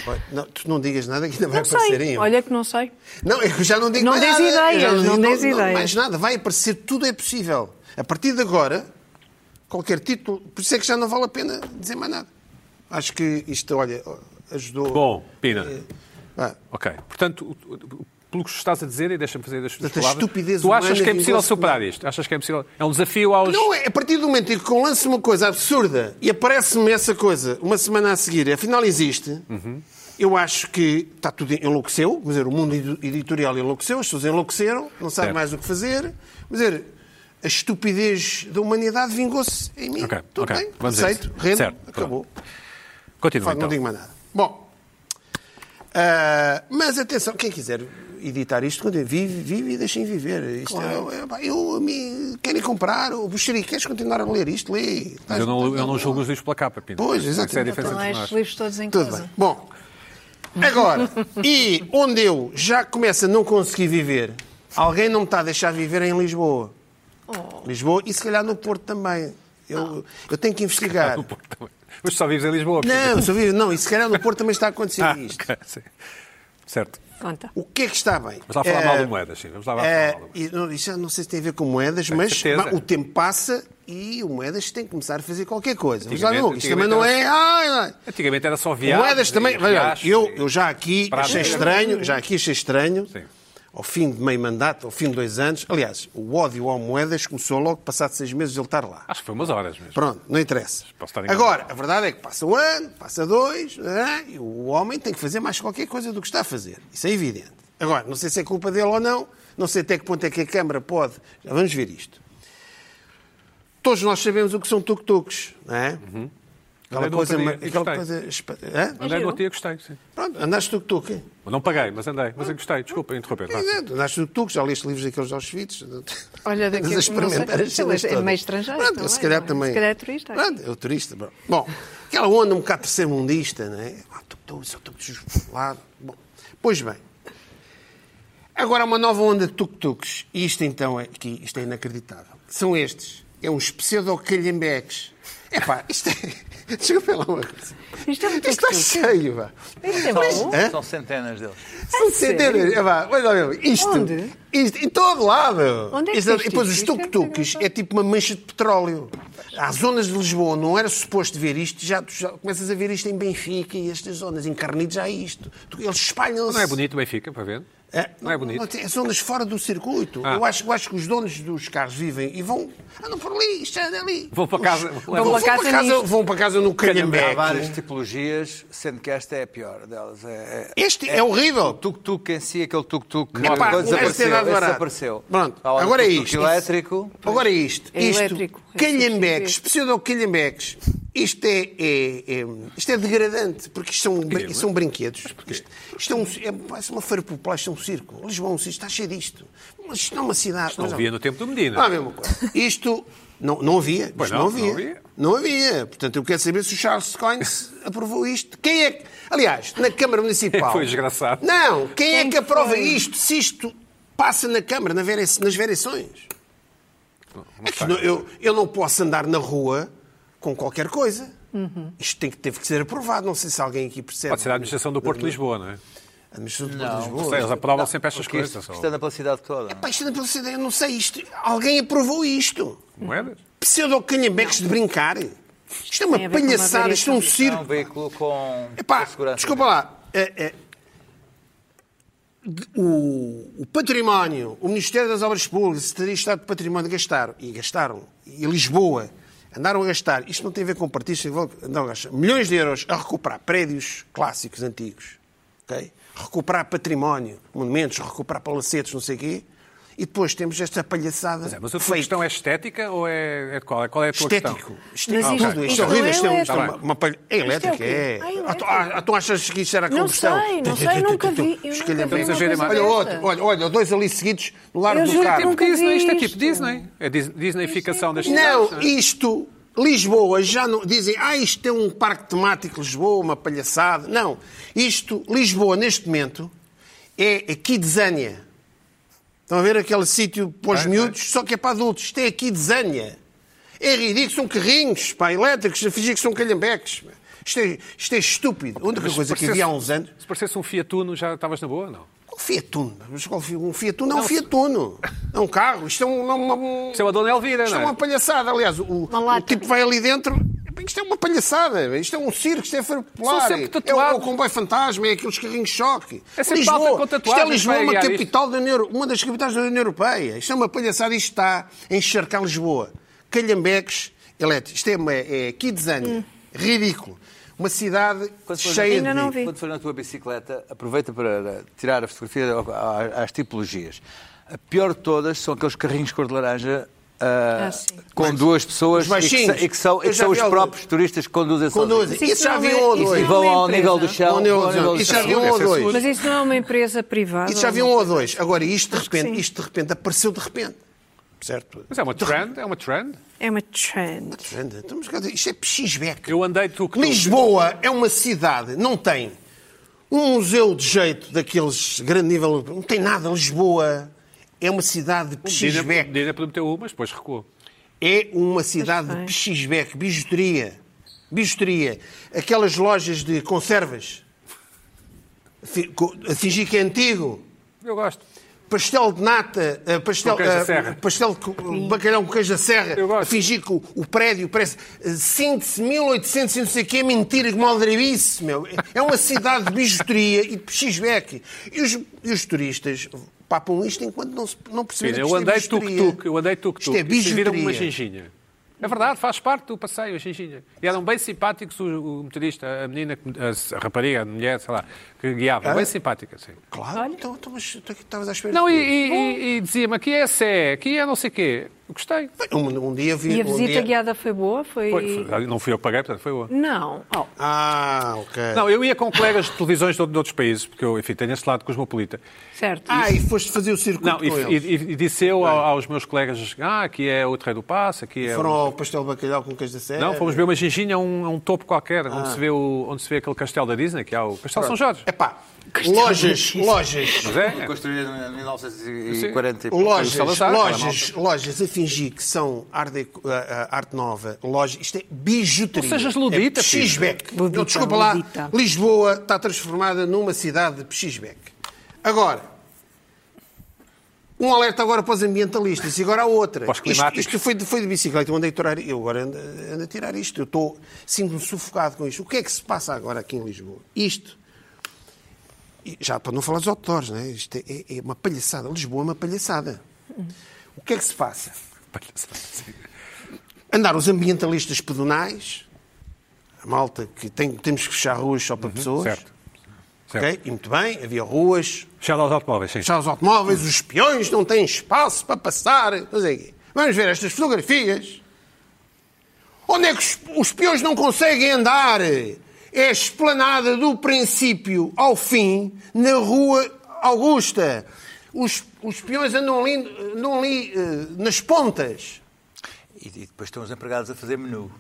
Speaker 2: Olha, não, tu não digas nada que ainda vai
Speaker 3: Não
Speaker 2: aparecer um.
Speaker 3: sei.
Speaker 2: aí.
Speaker 3: Olha que não sei.
Speaker 2: Não, eu já não digo
Speaker 3: Não
Speaker 2: mais
Speaker 3: dês
Speaker 2: nada.
Speaker 3: ideias,
Speaker 2: Eu já
Speaker 3: não dês ideias.
Speaker 2: Mais nada, vai aparecer, tudo é possível. A partir de agora, qualquer título, por isso é que já não vale a pena dizer mais nada. Acho que isto, olha, ajudou.
Speaker 1: Bom, Pina.
Speaker 2: Ah,
Speaker 1: Ok, portanto, o- o- pelo que estás a dizer, e deixa-me fazer as tuas
Speaker 2: Portanto, a
Speaker 1: palavras,
Speaker 2: estupidez
Speaker 1: tu achas
Speaker 2: humana
Speaker 1: que é possível
Speaker 2: vingou-se
Speaker 1: superar isto? Achas que é possível? É um desafio aos...
Speaker 2: Não, é a partir do momento em que eu lanço uma coisa absurda e aparece-me essa coisa uma semana a seguir, afinal existe, eu acho que está tudo enlouqueceu, quer dizer, o mundo edu- editorial enlouqueceu, as pessoas enlouqueceram, não sabem
Speaker 1: Certo.
Speaker 2: mais o que fazer, quer dizer, a estupidez da humanidade vingou-se em mim.
Speaker 1: Ok,
Speaker 2: tudo
Speaker 1: ok,
Speaker 2: bem,
Speaker 1: vamos a
Speaker 2: aceito,
Speaker 1: isso.
Speaker 2: rendo,
Speaker 1: Certo,
Speaker 2: acabou.
Speaker 1: Continua,
Speaker 2: Faz, não
Speaker 1: então.
Speaker 2: digo mais nada. Bom, ah, mas atenção, quem quiser editar isto, continue. vive, vive e deixem viver. Isto é- é- pá, eu, me, querem comprar, o Buxeri, queres continuar a ler isto? Lê.
Speaker 1: Mas eu não, eu não julgo os livros pela capa, Pina.
Speaker 2: Pois,
Speaker 1: Essa é a
Speaker 2: exatamente.
Speaker 1: diferença
Speaker 3: Estão lá
Speaker 1: entre nós.
Speaker 3: estes livros todos em
Speaker 2: um. Tudo
Speaker 3: casa.
Speaker 2: bem. Bom, agora, e onde eu já começo a não conseguir viver, alguém não me está a deixar viver é em Lisboa.
Speaker 1: Oh.
Speaker 2: Lisboa e se calhar no Porto também. Eu, eu tenho que investigar.
Speaker 1: Ah. No Porto também. Mas tu só vives em Lisboa, Pina.
Speaker 2: Não, só vivo- não, e se calhar no Porto também está a acontecer
Speaker 1: Ah,
Speaker 2: isto.
Speaker 1: ok, sim. Certo.
Speaker 3: Conta.
Speaker 2: O que é que está bem?
Speaker 1: Vamos lá falar mal de
Speaker 2: Eh,
Speaker 1: moedas, sim. Vamos lá falar
Speaker 2: eh,
Speaker 1: mal de moedas.
Speaker 2: e não- Isso já não sei se tem a ver com moedas, mas
Speaker 1: certeza.
Speaker 2: pá, o tempo passa e o moedas tem que começar a fazer qualquer coisa. Mas olha,
Speaker 1: Antigamente-
Speaker 2: isto também não é. Ai, ai.
Speaker 1: Antigamente era só viagens.
Speaker 2: moedas também.
Speaker 1: e
Speaker 2: Olha,
Speaker 1: riachos
Speaker 2: eu,
Speaker 1: e-
Speaker 2: eu já aqui
Speaker 1: Pratas.
Speaker 2: achei estranho, já aqui achei estranho,
Speaker 1: Sim.
Speaker 2: ao fim de meio mandato, ao fim de dois anos. Aliás, o ódio ao moedas começou logo, passado seis meses, ele estar lá.
Speaker 1: Acho que foi umas horas mesmo.
Speaker 2: Pronto, não interessa.
Speaker 1: Posso estar enganado.
Speaker 2: Agora, a verdade é que passa um ano, passa dois, né, e o homem tem que fazer mais qualquer coisa do que está a fazer. Isso é evidente. Agora, não sei se é culpa dele ou não, não sei até que ponto é que a Câmara pode. Já vamos ver isto. Todos nós sabemos o que são tuk-tuks, não é? Aquela
Speaker 1: Uhum. no
Speaker 2: coisa.
Speaker 1: outro dia
Speaker 2: ma-
Speaker 1: e
Speaker 2: Aquela
Speaker 1: gostei.
Speaker 2: coisa. espa- Hã?
Speaker 1: Andei
Speaker 3: giro.
Speaker 1: no outro dia e gostei, sim.
Speaker 2: Pronto, andaste tu que tu, quê?
Speaker 1: Eu Não paguei, mas andei. Mas eu gostei. Desculpa, interromper. vá.
Speaker 2: Exato, Andaste tu que tu, já leste livros daqueles Auschwitz.
Speaker 3: Olha, daqui a-
Speaker 2: Andas a experimentar
Speaker 3: não
Speaker 2: as
Speaker 3: sei,
Speaker 2: cenas
Speaker 3: é meio
Speaker 2: todas.
Speaker 3: estrangeiro
Speaker 2: Pronto,
Speaker 3: também,
Speaker 2: se calhar
Speaker 3: não é?
Speaker 2: também.
Speaker 3: Se calhar é turista,
Speaker 2: Pronto, é o turista. bom. Bom, aquela onda um bocado terceiro-mundista, não é? Ah, tu que tu, só tu que tu, lá. Bom, pois bem. Agora há uma nova onda de tuk-tuks. E isto então é, aqui, isto é inacreditável. São estes. É uns pseudo-calhambeques. Epá, isto é... Desculpa lá uma coisa.
Speaker 3: Isto é um
Speaker 2: está
Speaker 3: tuk-tuk.
Speaker 2: cheio, vá.
Speaker 3: Isto é bom.
Speaker 5: São, são centenas deles.
Speaker 2: São centenas. É pá, olha, olha, isto,
Speaker 3: Onde?
Speaker 2: isto, em todo lado.
Speaker 3: Onde é que
Speaker 2: Isto-
Speaker 3: existe
Speaker 2: e depois os
Speaker 3: isto? Isto é
Speaker 2: tuk-tuks
Speaker 3: muito
Speaker 2: é tipo uma mancha de petróleo. Há zonas de Lisboa, não era suposto ver isto, já, tu já começas a ver isto em Benfica e estas zonas, em Carnido já há isto. Tu- Eles espalham-se.
Speaker 1: Não é bonito o Benfica, para ver?
Speaker 2: É,
Speaker 1: Não é bonito.
Speaker 2: tem- zonas fora do circuito.
Speaker 1: Ah.
Speaker 2: Eu, acho, eu acho que os donos dos carros vivem e vão. Andam por ali, isto é ali.
Speaker 1: Vão para casa.
Speaker 2: Os-
Speaker 1: Vão para
Speaker 3: casa nisto.
Speaker 2: vão para casa no
Speaker 5: Há várias
Speaker 2: calhambeque.
Speaker 5: tipologias, sendo que esta é a pior delas. É, é-
Speaker 2: Este é horrível.
Speaker 5: Tuk-tuk em si, aquele tuk-tuk que
Speaker 2: Epá,
Speaker 5: agora
Speaker 2: não É deve ter
Speaker 5: desapareceu.
Speaker 2: nada
Speaker 5: esse
Speaker 2: barato.
Speaker 5: desapareceu.
Speaker 2: Pronto,
Speaker 5: Há o
Speaker 2: agora é
Speaker 5: tuk-tuk
Speaker 2: isto.
Speaker 5: elétrico.
Speaker 2: Agora é isto.
Speaker 3: É
Speaker 2: isto
Speaker 3: elétrico. É
Speaker 2: calhambeques,
Speaker 3: substituído.
Speaker 2: pseudo-calhambeques. Isto é, é- é- isto é degradante, porque isto são, brin- são brinquedos. Isto, isto é, um, é, parece uma feira popular, isto é um circo. Lisboa é um circo, está cheio disto. Mas isto não é uma cidade.
Speaker 1: Não
Speaker 2: mas
Speaker 1: havia no tempo do Medina.
Speaker 2: não há a mesma coisa. Ah, Isto não, não havia. Isto
Speaker 1: Pois
Speaker 2: não,
Speaker 1: não,
Speaker 2: havia.
Speaker 1: não havia.
Speaker 2: Não havia. Portanto, eu quero saber se o Charles Coins aprovou isto. Quem é que... Aliás, na Câmara Municipal...
Speaker 1: Foi desgraçado.
Speaker 2: Não, quem, é
Speaker 3: Quem
Speaker 2: que aprova
Speaker 3: foi?
Speaker 2: isto? Se isto passa na Câmara, na vere- nas vereações? É que não- eu, eu não posso andar na rua com qualquer coisa.
Speaker 3: Uhum.
Speaker 2: Isto tem que, teve que ser aprovado. Não sei se alguém aqui percebe.
Speaker 1: Pode ser a administração do Porto de Lisboa, não é?
Speaker 2: A administração do Porto de Lisboa.
Speaker 1: Eles aprovam sempre estas
Speaker 5: Porque isto,
Speaker 1: coisas.
Speaker 5: isto
Speaker 1: só.
Speaker 5: anda pela cidade toda. não é?
Speaker 2: Pá, isto não é pela cidade, eu não sei isto. Alguém aprovou isto.
Speaker 1: Moedas?
Speaker 2: Pseudo-canhambeques de brincar. Isto é
Speaker 3: Tem
Speaker 2: uma
Speaker 3: a ver com uma
Speaker 2: palhaçada, isto é um
Speaker 3: variação.
Speaker 5: É um
Speaker 2: circo.
Speaker 5: veículo com,
Speaker 2: Epá,
Speaker 5: com segurança.
Speaker 2: desculpa lá. É, é, de- o, o património, o Ministério das Obras Públicas, Secretaria de Estado de Património gastaram, e gastaram, e Lisboa, andaram a gastar, isto não tem a ver com partidos, tem a ver com- andaram a gastar milhões de euros a recuperar prédios clássicos antigos, ok? recuperar património, monumentos, recuperar palacetes, não sei o quê, e depois temos esta palhaçada
Speaker 1: Mas a tua
Speaker 2: feita.
Speaker 1: questão é estética ou é, é de qual? Qual é a tua
Speaker 2: Estético. Ah,
Speaker 1: questão?
Speaker 2: Estético.
Speaker 3: Mas
Speaker 2: Isto,
Speaker 3: isto-
Speaker 2: isto é
Speaker 3: isto
Speaker 2: horrível.
Speaker 3: não é
Speaker 2: Isto é, um- isto é
Speaker 1: elétrico.
Speaker 2: uma, uma palha... É elétrico,
Speaker 3: quê?
Speaker 2: é.
Speaker 3: Ah, elétrico.
Speaker 2: Ah, tu- ah, tu achas que isto era
Speaker 3: Não
Speaker 2: combustão?
Speaker 3: sei, não sei, nunca vi. Eu nunca vi uma
Speaker 1: coisa dessa.
Speaker 2: Olha, outro, olha, olha, dois ali seguidos no largo
Speaker 3: Eu
Speaker 2: do
Speaker 3: juro que
Speaker 2: carro.
Speaker 3: nunca vi
Speaker 1: Disney, isto é
Speaker 3: isto.
Speaker 1: tipo Disney. É Dis- Disneyficação das cidades.
Speaker 2: Não, isto... Lisboa já não... Dizem, ah, isto é um parque temático Lisboa, uma palhaçada. Não. Isto, Lisboa, neste momento, é a Kidzania. Estão a ver aquele sítio para os miúdos, só que é para adultos. Isto é aqui desenha. É ridículo, são carrinhos, pá, elétricos, a fingir que são calhambeques. pá. Isto é, isto é estúpido. A única
Speaker 1: Mas se
Speaker 2: coisa que
Speaker 1: parecesse-
Speaker 2: havia há uns anos.
Speaker 1: Se parecesse um Fiat Uno, já estavas na boa, não?
Speaker 2: Qual Fiat Uno? Mas qual Fiat Uno? Um Fiat Uno é um Fiat Uno. É um carro. Isto é um. não, uma- um-
Speaker 1: Isso é uma Dona Elvira,
Speaker 2: isto
Speaker 1: não
Speaker 2: é
Speaker 1: é?
Speaker 2: uma palhaçada. Aliás, o,
Speaker 3: Uma
Speaker 2: o
Speaker 3: lata.
Speaker 2: tipo vai ali dentro. pá, Isto é uma palhaçada. Isto é um circo, isto é feira popular.
Speaker 1: sempre
Speaker 2: é o,
Speaker 1: tatuados.
Speaker 2: o comboio fantasma, é aqueles carrinhos de choque.
Speaker 1: É sempre malta com tatuagens
Speaker 2: isto é Lisboa,
Speaker 1: para
Speaker 2: uma
Speaker 1: guiar isto.
Speaker 2: capital da União Euro- uma das capitais da União Europeia. Isto é uma palhaçada. Isto está a encharcar Lisboa. Calhambeques elétricos. Isto é, uma, é Kidzania. Ridículo. Uma cidade
Speaker 5: Quando fores
Speaker 2: cheia
Speaker 3: Hum. Ainda
Speaker 2: de.
Speaker 3: não vi.
Speaker 5: Quando for na tua bicicleta, aproveita para tirar a fotografia a- a- às tipologias. A pior de todas são aqueles carrinhos cor de laranja ah,
Speaker 3: Ah, sim.
Speaker 5: com duas pessoas
Speaker 2: os
Speaker 5: e que, se-
Speaker 2: baixinhos.
Speaker 5: e que são, e
Speaker 2: Eu
Speaker 5: que
Speaker 2: já
Speaker 5: são
Speaker 2: vi
Speaker 5: os
Speaker 2: alguns.
Speaker 5: próprios turistas que conduzem
Speaker 2: Conduzem.
Speaker 5: sozinhos.
Speaker 3: Isso
Speaker 2: Isso já
Speaker 3: não
Speaker 2: vi
Speaker 3: é-
Speaker 2: um ou
Speaker 3: isso
Speaker 2: dois.
Speaker 5: E
Speaker 3: não
Speaker 5: vão
Speaker 3: é
Speaker 5: ao nível do
Speaker 3: empresa.
Speaker 5: chão.
Speaker 2: Ao nível
Speaker 5: vão ao
Speaker 2: do chão.
Speaker 5: nível do
Speaker 2: Isso já
Speaker 5: chão.
Speaker 2: viu um ou
Speaker 1: Deve ser
Speaker 2: dois.
Speaker 1: seguro.
Speaker 3: Mas isso não é uma empresa privada?
Speaker 2: Isso já havia um ou dois. Agora, isto de
Speaker 3: Acho que
Speaker 2: repente,
Speaker 3: sim.
Speaker 2: isto de repente apareceu de repente. Certo?
Speaker 1: Mas é uma trend, é uma trend.
Speaker 3: É uma trend.
Speaker 2: Anda, estamos cá a dizer, Isto é pechisbeca.
Speaker 1: Eu andei tu que
Speaker 2: Lisboa é uma cidade, não tem um museu de jeito daqueles grande nível, não tem nada. Lisboa é uma cidade de
Speaker 1: Dina,
Speaker 2: pechisbeca.
Speaker 1: Dina prometeu uma, mas depois recuou.
Speaker 2: É uma cidade de
Speaker 3: bem.
Speaker 2: pechisbeca, bijuteria. Bijuteria. Aquelas lojas de conservas. Fi- co- A fingir que é antigo.
Speaker 1: Eu gosto.
Speaker 2: Pastel de nata, eh, pastel,
Speaker 1: Com queijo da
Speaker 2: eh,
Speaker 1: serra.
Speaker 2: pastel co- bacalhau com queijo da serra,
Speaker 1: Eu gosto.
Speaker 2: a fingir que o, o prédio parece eh, síntese 1800 e não sei o quê, é mentira, que maldrabice, meu. É uma cidade de bijuteria e de pechisbeque. E os, e os turistas papam isto enquanto não, se- não perceberem
Speaker 1: Pina,
Speaker 2: que
Speaker 1: eu
Speaker 2: isto é
Speaker 1: andei
Speaker 2: bijuteria.
Speaker 1: tuk-tuk, eu andei tuk-tuk.
Speaker 2: Isto é
Speaker 1: Isto Viram uma
Speaker 2: bijuteria.
Speaker 1: ginginha. É verdade, faz parte do passeio, a ginginha. E eram bem simpáticos o, o motorista, a menina, que- a, a rapariga, a mulher, sei lá, que guiava. Bem simpática, sim.
Speaker 2: Claro, então, então, mas tu é então, que estavas à espera.
Speaker 1: Não, e,
Speaker 2: de quê?
Speaker 1: e- e- e dizia-me, aqui é Sé, aqui é não sei quê. Eu gostei.
Speaker 2: Um, um dia vi.
Speaker 3: E a
Speaker 2: um
Speaker 3: visita
Speaker 2: dia-
Speaker 3: guiada foi boa? Foi...
Speaker 1: Foi- foi- não fui eu que paguei, portanto foi boa.
Speaker 3: Não. Oh,
Speaker 2: Ah, ok.
Speaker 1: Não, eu ia com colegas de televisões de outro- de outros países, porque eu, enfim, tenho esse lado cosmopolita.
Speaker 3: certo.
Speaker 2: Ah, e foste fazer o circuito
Speaker 1: Não,
Speaker 2: com
Speaker 1: e,
Speaker 2: eles.
Speaker 1: e- e disse eu ao- aos meus colegas, ah, aqui é o Rei do Passo, aqui é...
Speaker 2: Foram
Speaker 1: o...
Speaker 2: ao pastel bacalhau com queijo da serra.
Speaker 1: Não, fomos ver uma ginginha a um, a um topo qualquer,
Speaker 2: Ah.
Speaker 1: onde, se vê o- onde se vê aquele castelo da Disney, que há o Castelo São Jorge.
Speaker 2: Epá, lojas, lojas,
Speaker 1: Mas é,
Speaker 5: Construída em 1940 e pouco.
Speaker 2: lojas,
Speaker 1: Salazar,
Speaker 2: lojas, lojas a fingir que são art, deco- ah, ah, arte nova, lojas, isto é bijuteria.
Speaker 1: Ou sejas ludita,
Speaker 2: É Pechisbeck.
Speaker 3: Ludita,
Speaker 2: Não, desculpa lá,
Speaker 3: ludita.
Speaker 2: Lisboa está transformada numa cidade de Pechisbeck. Agora, um alerta agora para os ambientalistas e agora há outra.
Speaker 1: Para os
Speaker 2: Isto,
Speaker 1: climáticos.
Speaker 2: isto foi, de, foi de bicicleta, eu andei a tirar, eu agora ando, ando a tirar isto, eu estou, sinto-me sufocado com isto. O que é que se passa agora aqui em Lisboa? Isto, e já para não falar dos outdoors, né? isto é, é- é uma palhaçada. Lisboa é uma palhaçada. O que é que se passa? Andar os ambientalistas pedonais, a malta que tem- temos que fechar ruas só para pessoas.
Speaker 1: Uhum. Certo.
Speaker 2: ok?
Speaker 1: certo.
Speaker 2: E muito bem, havia ruas,
Speaker 1: Fechado aos automóveis, sim.
Speaker 2: fechar os automóveis, os peões não têm espaço para passar. não sei o quê. Vamos ver estas fotografias. Onde é que os, os peões não conseguem andar? É a esplanada do princípio ao fim, na Rua Augusta. Os, os peões andam ali, andam ali eh, nas pontas.
Speaker 5: E, e depois estão os empregados a fazer menu.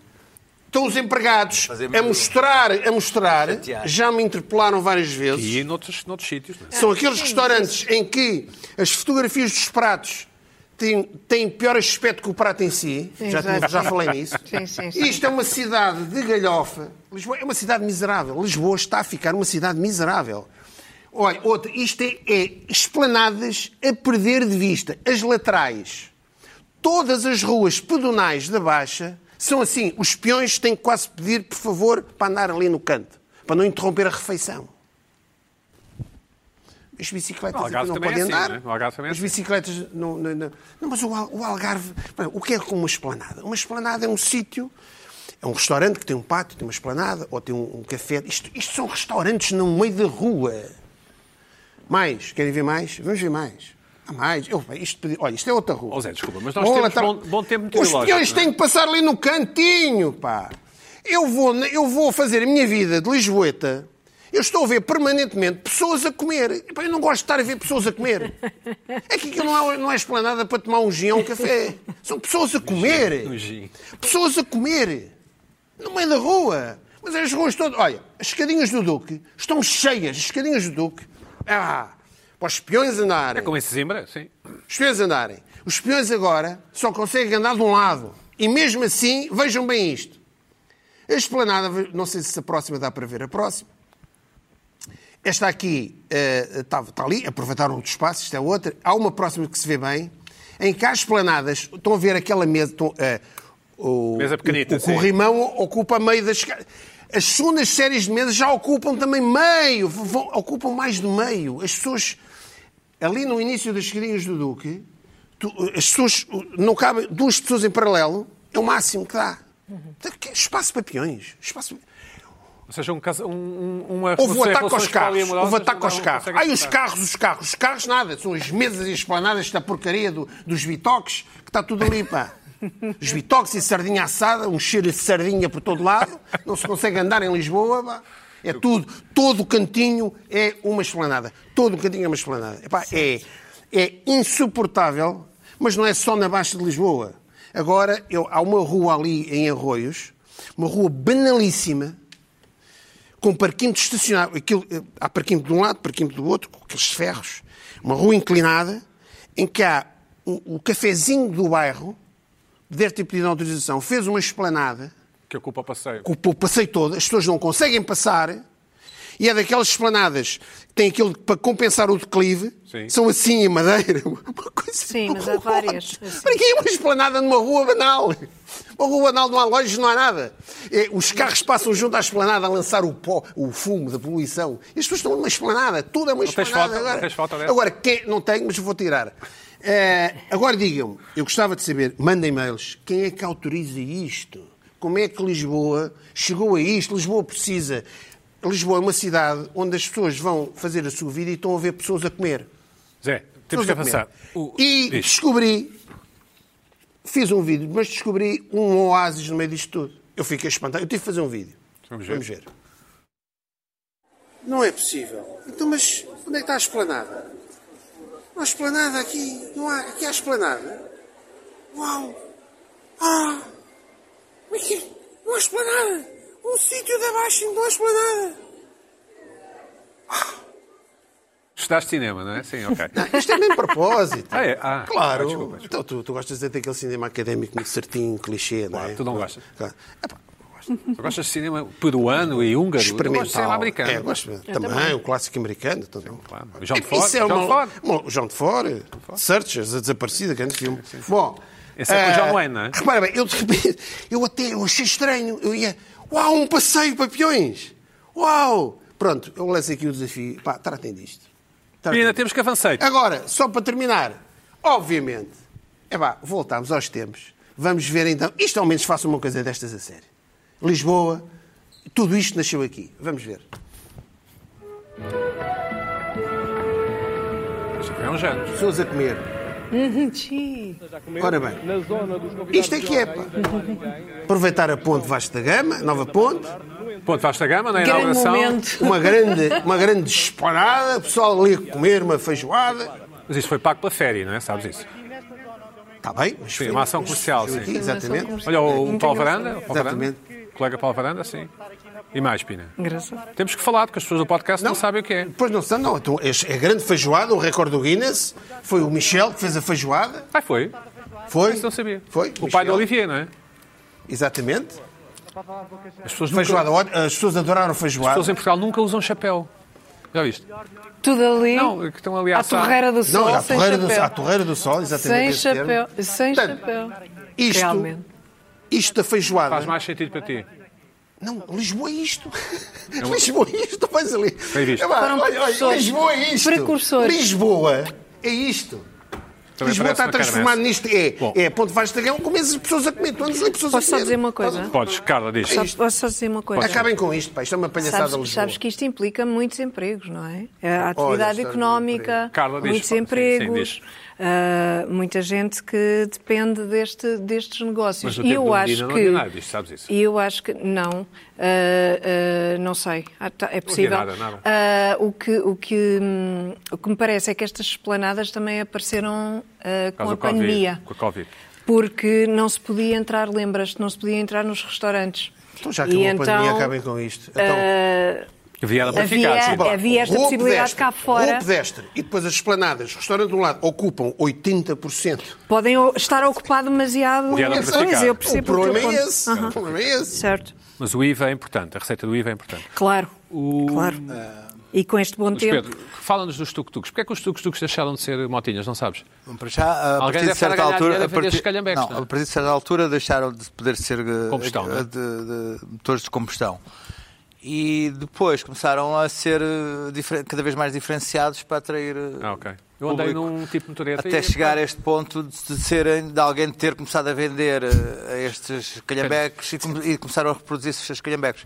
Speaker 2: Estão os empregados
Speaker 5: Fazer
Speaker 2: a
Speaker 5: menu.
Speaker 2: mostrar, a mostrar.
Speaker 5: Chatear.
Speaker 2: Já me interpelaram várias vezes.
Speaker 1: E noutros, noutros sítios. não é?
Speaker 2: São aqueles restaurantes em que as fotografias dos pratos têm, têm pior aspecto que o prato em si. Já,
Speaker 3: Exato.
Speaker 2: tive- já falei nisso.
Speaker 3: Sim, sim, sim.
Speaker 2: Isto é uma cidade de galhofa. Lisboa é uma cidade miserável. Lisboa está a ficar uma cidade miserável. Olha, outra, isto é, é esplanadas a perder de vista. As laterais. Todas as ruas pedonais da Baixa são assim. Os peões têm que quase pedir, por favor, para andar ali no canto, para não interromper a refeição. As bicicletas
Speaker 1: No
Speaker 2: aqui
Speaker 1: Algarve
Speaker 2: não
Speaker 1: também
Speaker 2: podem
Speaker 1: é assim,
Speaker 2: andar.
Speaker 1: né? No Algarve também é
Speaker 2: As
Speaker 1: assim.
Speaker 2: bicicletas. Não, não, não. Não, mas o, Al- o Algarve. Bem, O que é como uma esplanada? Uma esplanada é um sítio. É um restaurante que tem um pátio, tem uma esplanada, ou tem um, um café. Isto, isto são restaurantes no meio da rua. Mais? Querem ver mais? Vamos ver mais. Há mais. Eu, bem, isto, pedi- olha, isto é outra rua. tá-
Speaker 1: Oh, Zé, desculpa, mas nós temos bom- bom tempo
Speaker 2: Os
Speaker 1: meteorológico,
Speaker 2: peões
Speaker 1: não é?
Speaker 2: têm que passar ali no cantinho, pá. Eu vou, eu vou fazer a minha vida de Lisboeta. Eu estou a ver permanentemente pessoas a comer. Epá, Eu não gosto de estar a ver pessoas a comer. É que aquilo não é, não é esplanada para tomar um gin ou um café. São pessoas a comer.
Speaker 1: Um gin.
Speaker 2: Pessoas a comer. No meio da rua. Mas as ruas todas. Olha, as escadinhas do Duque estão cheias. As escadinhas do Duque. Ah, para os peões andarem.
Speaker 1: Com esse Zimbra, sim.
Speaker 2: Os peões andarem. Os peões agora só conseguem andar de um lado. E mesmo assim, vejam bem isto. A esplanada, não sei se a próxima dá para ver a próxima. Esta aqui eh, está, está ali, aproveitaram outro espaço, isto é outra. Há uma próxima que se vê bem, em que há esplanadas, estão a ver aquela mesa, estão, eh, o,
Speaker 1: Mesa pequenita,
Speaker 2: o, o
Speaker 1: sim.
Speaker 2: corrimão ocupa meio das... esca- As segundas séries de mesas já ocupam também meio, vão- ocupam mais do meio. As pessoas, ali no início das escadinhas do Duque, tu- as pessoas, não cabem, duas pessoas em paralelo, é o máximo que dá. Espaço para peões, espaço para...
Speaker 1: Ou seja, um, casa- um, um, uma
Speaker 2: Houve
Speaker 1: relações-
Speaker 2: um ataque aos
Speaker 1: relações
Speaker 2: carros.
Speaker 1: poliamorosas,
Speaker 2: Houve ataque
Speaker 1: não-
Speaker 2: aos
Speaker 1: não
Speaker 2: carros.
Speaker 1: conseguem
Speaker 2: Ai, os
Speaker 1: separar.
Speaker 2: carros, os carros. Os carros, nada. São as mesas e as esplanadas da porcaria do- dos bitoques, que está tudo ali, pá. Os bitoques e sardinha assada, um cheiro de sardinha por todo lado. Não se consegue andar em Lisboa, pá. É tudo. Todo o cantinho é uma esplanada. Todo o cantinho é uma esplanada. Epá, é, é insuportável, mas não é só na Baixa de Lisboa. Agora, eu- há uma rua ali em Arroios, uma rua banalíssima, com parquinho de estacionar. Aquilo, eh, há parquinho de um lado, parquinho do outro, com aqueles ferros, uma rua inclinada, em que há o, o cafezinho do bairro, deve ter pedido autorização, fez uma esplanada,
Speaker 1: Que ocupa o passeio.
Speaker 2: com o passeio todo, as pessoas não conseguem passar, e é daquelas esplanadas que tem aquilo que, para compensar o declive,
Speaker 1: Sim.
Speaker 2: são assim em madeira. Uma coisa
Speaker 3: Sim, mas há várias, assim.
Speaker 2: Para que é uma esplanada numa rua banal? Uma rua banal não há lojas, não há nada. É, os carros passam junto à esplanada a lançar o pó, o fumo da poluição. E as pessoas estão numa esplanada, tudo é uma
Speaker 1: tens
Speaker 2: esplanada
Speaker 1: foto? Não
Speaker 2: agora.
Speaker 1: tens foto dessa?
Speaker 2: agora, quem não tenho, mas vou tirar. Eh, agora digam-me, eu gostava de saber, mandem mails, quem é que autoriza isto? Como é que Lisboa chegou a isto? Lisboa precisa. Lisboa é uma cidade onde as pessoas vão fazer a sua vida e estão a ver pessoas a comer.
Speaker 1: Zé, temos que
Speaker 2: Pessoas a
Speaker 1: avançar.
Speaker 2: comer.
Speaker 1: O-
Speaker 2: E
Speaker 1: diz.
Speaker 2: descobri Fiz um vídeo, mas descobri um oásis no meio disto tudo. Eu fiquei espantado. Eu tive de fazer um vídeo.
Speaker 1: Vamos ver.
Speaker 2: Vamos ver. Não é possível. Então, mas onde é que está a esplanada? Não há esplanada aqui. Não há. Aqui há esplanada. Uau! Ah! Como é que é? Não há esplanada! Um sítio de abaixo não há esplanada!
Speaker 1: Estudaste cinema, não é? Sim, ok.
Speaker 2: Isto é bem propósito.
Speaker 1: Ah, é? Ah,
Speaker 2: claro.
Speaker 1: ah, desculpa, desculpa.
Speaker 2: Então, tu, tu gostas de daquele cinema académico muito certinho, clichê, não é?
Speaker 1: Claro, tu não gostas.
Speaker 2: Claro. Epá,
Speaker 1: Tu Gostas de cinema peruano e húngaro? Eu gosto de
Speaker 2: experimental.
Speaker 1: cinema americano.
Speaker 2: É, eu gosto também, o clássico americano. Então, não.
Speaker 1: claro. O John
Speaker 2: Isso
Speaker 1: Ford,
Speaker 2: É
Speaker 1: John
Speaker 2: uma,
Speaker 1: Ford.
Speaker 2: uma- o John Ford. Searchers, a desaparecida, grande filme. Bom,
Speaker 1: Esse é com o
Speaker 2: ah,
Speaker 1: John Wayne, não é?
Speaker 2: Repara bem, eu de repente, eu até eu achei estranho. Eu ia, uau, um passeio para peões. Uau! Pronto, eu lanço aqui o desafio. Pá, tratem disto.
Speaker 1: E
Speaker 2: Tratem
Speaker 1: ainda temos que
Speaker 2: É.
Speaker 1: avançar.
Speaker 2: Agora, só para terminar, obviamente, é pá, voltámos aos tempos. Vamos ver então. Isto ao menos faça uma coisa destas a sério. Lisboa, tudo isto nasceu aqui. Vamos ver.
Speaker 1: É um género.
Speaker 2: Pessoas a comer.
Speaker 3: Sim.
Speaker 2: Ora bem. Isto é que é, pá. Aproveitar a ponte Vasco da Gama, nova ponte,
Speaker 1: Ponto Vasta Gama, na
Speaker 3: Grande
Speaker 1: inauguração.
Speaker 3: momento.
Speaker 2: uma grande, uma grande esplanada, o pessoal ali a comer uma feijoada.
Speaker 1: Mas isso foi pago pela féria, não é? Sabes isso?
Speaker 2: Está Tá bem, mas
Speaker 1: Sim, uma ação comercial,
Speaker 2: nasceu
Speaker 1: sim.
Speaker 2: aqui, Exatamente.
Speaker 1: Olha, o
Speaker 3: Muito
Speaker 1: Paulo
Speaker 3: engraçado.
Speaker 1: Varanda, o Paulo Varanda,
Speaker 2: Exatamente.
Speaker 1: o colega Paulo Varanda, sim. E mais, Pina.
Speaker 3: Engraçado.
Speaker 1: Temos que falar, porque as pessoas do podcast não, sabem o que é.
Speaker 2: Pois não sei, não. Então, este- a grande feijoada, o recorde do Guinness, foi o Michel que fez a feijoada.
Speaker 1: Ah, foi.
Speaker 2: Foi?
Speaker 1: Isso não sabia.
Speaker 2: Foi?
Speaker 1: O pai
Speaker 2: Michel.
Speaker 1: do Olivier, não é?
Speaker 2: Exatamente.
Speaker 1: As pessoas, nunca, as
Speaker 2: Feijoada, ó- as pessoas adoraram feijoada.
Speaker 1: pessoas em Portugal nunca usam chapéu. Já viste?
Speaker 3: Tudo ali.
Speaker 1: Não, que estão ali à
Speaker 3: à
Speaker 1: sala.
Speaker 3: torreira do sol,
Speaker 2: Não, a
Speaker 3: sem
Speaker 2: torreira,
Speaker 3: chapéu.
Speaker 2: do, à Torreira do Sol,
Speaker 3: Sem
Speaker 2: exatamente. esse termo.
Speaker 3: chapéu. Sem
Speaker 2: Portanto,
Speaker 3: chapéu.
Speaker 2: Isto,
Speaker 3: Realmente.
Speaker 2: isto da feijoada.
Speaker 1: Faz mais sentido para ti.
Speaker 2: Não, Lisboa é isto. Lisboa é isto, vais ali.
Speaker 1: Bem visto.
Speaker 2: É pá,
Speaker 3: Foram
Speaker 2: olha, olha,
Speaker 3: precursores.
Speaker 2: Lisboa é isto.
Speaker 3: Precursores.
Speaker 2: Lisboa é isto.
Speaker 1: Também
Speaker 2: Lisboa
Speaker 1: parece
Speaker 2: está
Speaker 1: uma
Speaker 2: transformado
Speaker 1: quermesse.
Speaker 2: nisto. É,
Speaker 1: Bom.
Speaker 2: é Ponte Vaz de Dragão, como essas pessoas a comer. Tu andas ali pessoas
Speaker 3: Posso
Speaker 2: a
Speaker 3: só
Speaker 2: comer.
Speaker 3: dizer uma coisa?
Speaker 1: Podes, Carla, diz.
Speaker 3: Só- Posso só dizer uma coisa?
Speaker 2: Acabem com isto, pá. Isto é uma palhaçada
Speaker 3: Sabes,
Speaker 2: Lisboa.
Speaker 3: sabes que isto implica muitos empregos, não é? A
Speaker 2: Olha,
Speaker 3: atividade
Speaker 2: está
Speaker 3: económica,
Speaker 2: emprego.
Speaker 1: Carla, diz,
Speaker 3: muitos
Speaker 1: sim, sim,
Speaker 3: empregos,
Speaker 1: diz.
Speaker 3: ah, muita gente que depende deste, destes negócios.
Speaker 1: Mas no
Speaker 3: E
Speaker 1: tempo do
Speaker 3: eu
Speaker 1: Medina
Speaker 3: acho
Speaker 1: não
Speaker 3: que.
Speaker 1: havia nada disto, sabes isso?
Speaker 3: E eu acho que não, ah, ah, não sei, Ah, tá, é possível.
Speaker 1: nada, nada.
Speaker 3: Ah, o, que, o, que, hum, o que me parece é que estas esplanadas também apareceram
Speaker 1: Por
Speaker 3: ah, com
Speaker 1: causa
Speaker 3: a
Speaker 1: do Covid,
Speaker 3: pandemia.
Speaker 1: Com a Covid.
Speaker 3: Porque não se podia entrar, lembras-te, não se podia entrar nos restaurantes.
Speaker 2: Então já
Speaker 3: E
Speaker 2: acabou a
Speaker 3: então, eh,
Speaker 2: pandemia, acabem com isto. Então,
Speaker 1: Vieram para
Speaker 3: Havia-
Speaker 1: ficar, sim.
Speaker 2: desculpa lá.
Speaker 3: havia esta
Speaker 2: Rua
Speaker 3: possibilidade
Speaker 2: pedestre,
Speaker 3: cá fora.
Speaker 2: Rua pedestre e depois as esplanadas, restaurante de um lado, ocupam 80%.
Speaker 3: Podem o- estar ocupado demasiado.
Speaker 1: Vieram
Speaker 3: Pois,
Speaker 1: para ficar.
Speaker 3: eu
Speaker 2: O
Speaker 3: percebo o
Speaker 2: problema
Speaker 3: teu
Speaker 2: é
Speaker 3: ponto.
Speaker 2: esse.
Speaker 3: Aham.
Speaker 2: O problema é esse.
Speaker 3: Certo.
Speaker 1: Mas o IVA é importante, a receita do IVA é importante.
Speaker 3: Claro.
Speaker 1: O- Ah.
Speaker 3: Claro. E com este bom
Speaker 1: Mas
Speaker 3: tempo.
Speaker 1: Pedro, fala-nos dos tuk-tuks. Porquê é que os tuk-tuks deixaram de ser motinhas, não sabes?
Speaker 5: Bom, para já, a
Speaker 1: Alguém deve
Speaker 5: partir de certa
Speaker 1: estar a ganhar
Speaker 5: altura,
Speaker 1: dinheiro a
Speaker 5: a
Speaker 1: vender esses
Speaker 5: partir,
Speaker 1: calhambeques,
Speaker 5: não,
Speaker 1: não é?
Speaker 5: a partir de certa altura deixaram de poder ser eh,
Speaker 1: Combustão,
Speaker 5: eh,
Speaker 1: não é?
Speaker 5: de, de motores de combustão. E depois começaram a ser eh, difer- cada vez mais diferenciados para atrair. eh,
Speaker 1: Ah, ok. Eu andei
Speaker 5: público.
Speaker 1: num tipo de motoreta
Speaker 5: Até
Speaker 1: e-
Speaker 5: chegar a este ponto de, de serem, de alguém ter começado a vender eh, estes calhambeques e, come- e começaram a reproduzir estes calhambeques.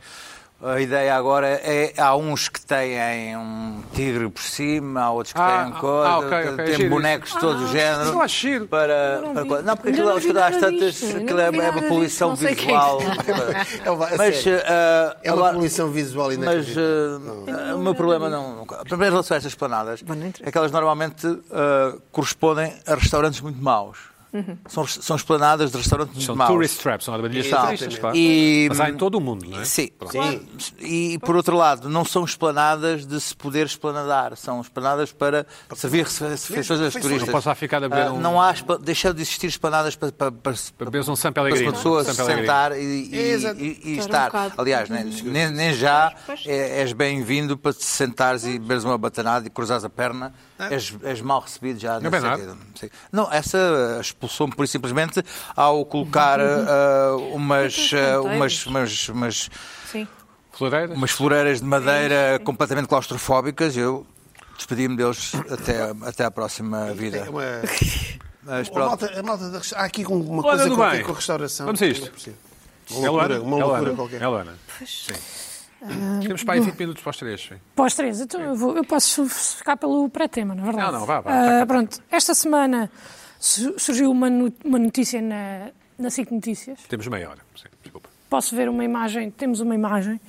Speaker 5: A ideia agora é há uns que têm um tigre por cima, há outros que
Speaker 1: Ah,
Speaker 5: têm
Speaker 1: ah,
Speaker 5: coisa,
Speaker 1: ah, ok, ok,
Speaker 5: têm
Speaker 1: giro isso. Ah,
Speaker 5: bonecos de todo o género.
Speaker 1: isso eu acho giro.
Speaker 5: Para,
Speaker 3: Eu não
Speaker 5: para
Speaker 3: vi.
Speaker 5: coisa. não, porque
Speaker 3: Eu
Speaker 5: aquilo,
Speaker 3: não vi
Speaker 5: aquilo às
Speaker 3: nada
Speaker 5: tantas,
Speaker 3: disto, eu não
Speaker 5: aquilo é,
Speaker 3: vi
Speaker 5: é
Speaker 3: nada
Speaker 5: uma
Speaker 3: disto,
Speaker 5: poluição
Speaker 3: não sei o que é que
Speaker 5: visual.
Speaker 2: É uma- a
Speaker 5: Mas,
Speaker 2: sério,
Speaker 5: ah,
Speaker 2: é uma
Speaker 5: agora-
Speaker 2: poluição visual
Speaker 5: Mas
Speaker 2: inacreditável.
Speaker 5: ah, o meu problema não. Primeiro, em relação a estas planadas,
Speaker 3: Bom, não interessa.
Speaker 5: é que elas normalmente ah, correspondem a restaurantes muito maus.
Speaker 3: Uhum.
Speaker 5: São, res- são esplanadas de restaurantes muito
Speaker 1: São
Speaker 5: maus.
Speaker 1: tourist traps, são armadilhas
Speaker 5: Exato.
Speaker 1: turistas, claro.
Speaker 5: E-
Speaker 1: Mas há em todo o mundo, não é?
Speaker 5: Sim.
Speaker 2: Sim.
Speaker 5: E por outro lado, não são esplanadas de se poder esplanadar, são esplanadas para servir refeições aos turistas.
Speaker 1: Não posso lá ficar a beber
Speaker 5: Ah,
Speaker 1: um-
Speaker 5: Não há, espla- deixaram de existir esplanadas para, para, para,
Speaker 1: Para beberes um San
Speaker 5: para
Speaker 1: Pellegrino.
Speaker 5: uma pessoa
Speaker 1: San
Speaker 5: se
Speaker 1: Pellegrino.
Speaker 5: sentar e, e- e- e estar.
Speaker 3: bocado.
Speaker 5: Aliás, nem, nem- nem já é- és bem-vindo para te sentares e beberes uma batanada e cruzares a perna. És, és mal recebido já.
Speaker 1: É. Não é bem
Speaker 5: nesse
Speaker 1: nada.
Speaker 5: sentido. Sim. Não, essa expulsou-me por simplesmente ao colocar ah, umas, ah, umas, umas, umas,
Speaker 3: Sim.
Speaker 1: Floreiras?
Speaker 5: umas floreiras de madeira completamente claustrofóbicas. Eu despedi-me deles até, até à próxima vida.
Speaker 2: É uma-
Speaker 5: Mas
Speaker 2: a,
Speaker 5: pronto.
Speaker 2: malta, a malta da resta- Há aqui uma
Speaker 1: Ora,
Speaker 2: coisa
Speaker 1: tudo
Speaker 2: qualquer
Speaker 1: bem.
Speaker 2: com a restauração.
Speaker 1: Vamos a isto.
Speaker 2: Não é possível.
Speaker 1: É
Speaker 2: Uma
Speaker 1: Luana?
Speaker 2: loucura, uma
Speaker 1: É
Speaker 2: loucura
Speaker 1: Luana.
Speaker 2: qualquer.
Speaker 1: É Luana. Sim.
Speaker 4: Ah,
Speaker 1: Temos para aí 20 minutos para os três. sim.
Speaker 4: Pós três, então eu, vou- eu posso ficar pelo pré-tema, na verdade.
Speaker 1: Não, não, vá, vá,
Speaker 4: Ah,
Speaker 1: taca, taca.
Speaker 4: pronto, esta semana su- surgiu uma no- uma notícia na, na SIC Notícias.
Speaker 1: Temos meia hora. Sim, desculpa.
Speaker 4: Posso ver uma imagem, temos uma imagem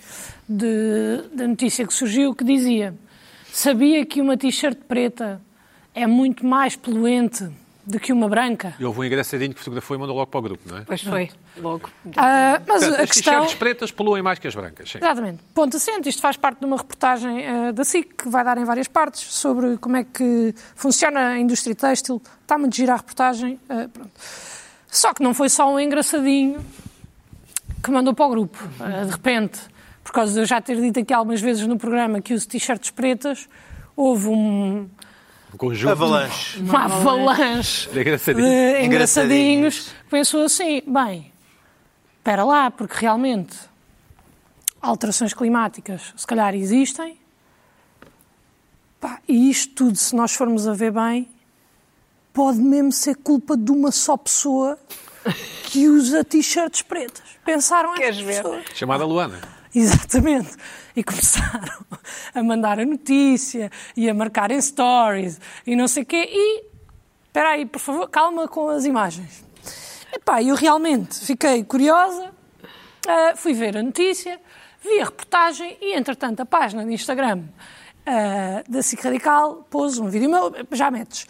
Speaker 4: de- da notícia que surgiu que dizia: Sabia que uma t-shirt preta é muito mais poluente do que uma branca?
Speaker 1: E houve um engraçadinho que fotografou e mandou logo para o grupo, não é?
Speaker 3: Pois foi, logo.
Speaker 4: Ah, mas
Speaker 1: Portanto,
Speaker 4: a
Speaker 1: as
Speaker 4: questão.
Speaker 1: t-shirts pretas poluem mais que as brancas. Sim.
Speaker 4: Exatamente. Ponto assente. Isto faz parte de uma reportagem eh, da SIC, que vai dar em várias partes, sobre como é que funciona a indústria têxtil. Está muito gira a reportagem. eh, pronto. Só que não foi só um engraçadinho que mandou para o grupo, eh, de repente. Por causa de eu já ter dito aqui algumas vezes no programa que uso t-shirts pretas, houve um,
Speaker 1: O conjunto
Speaker 2: Avalanche.
Speaker 4: uma avalanche
Speaker 1: de engraçadinho.
Speaker 4: de Eh, engraçadinhos
Speaker 5: Engraçadinhos.
Speaker 4: que pensou assim, bem, espera lá, porque realmente alterações climáticas se calhar existem Pá, e isto tudo, se nós formos a ver bem, pode mesmo ser culpa de uma só pessoa que usa t-shirts pretas. Pensaram
Speaker 3: Queres
Speaker 4: estas
Speaker 3: ver?
Speaker 4: pessoas.
Speaker 1: Chamada Luana.
Speaker 4: Exatamente. E começaram a mandar a notícia e a marcar em stories e não sei o quê. E, espera aí, por favor, calma com as imagens. Epá, eu realmente fiquei curiosa, ah, fui ver a notícia, vi a reportagem e, entretanto, a página no Instagram ah, da SIC Radical pôs um vídeo meu, já metes.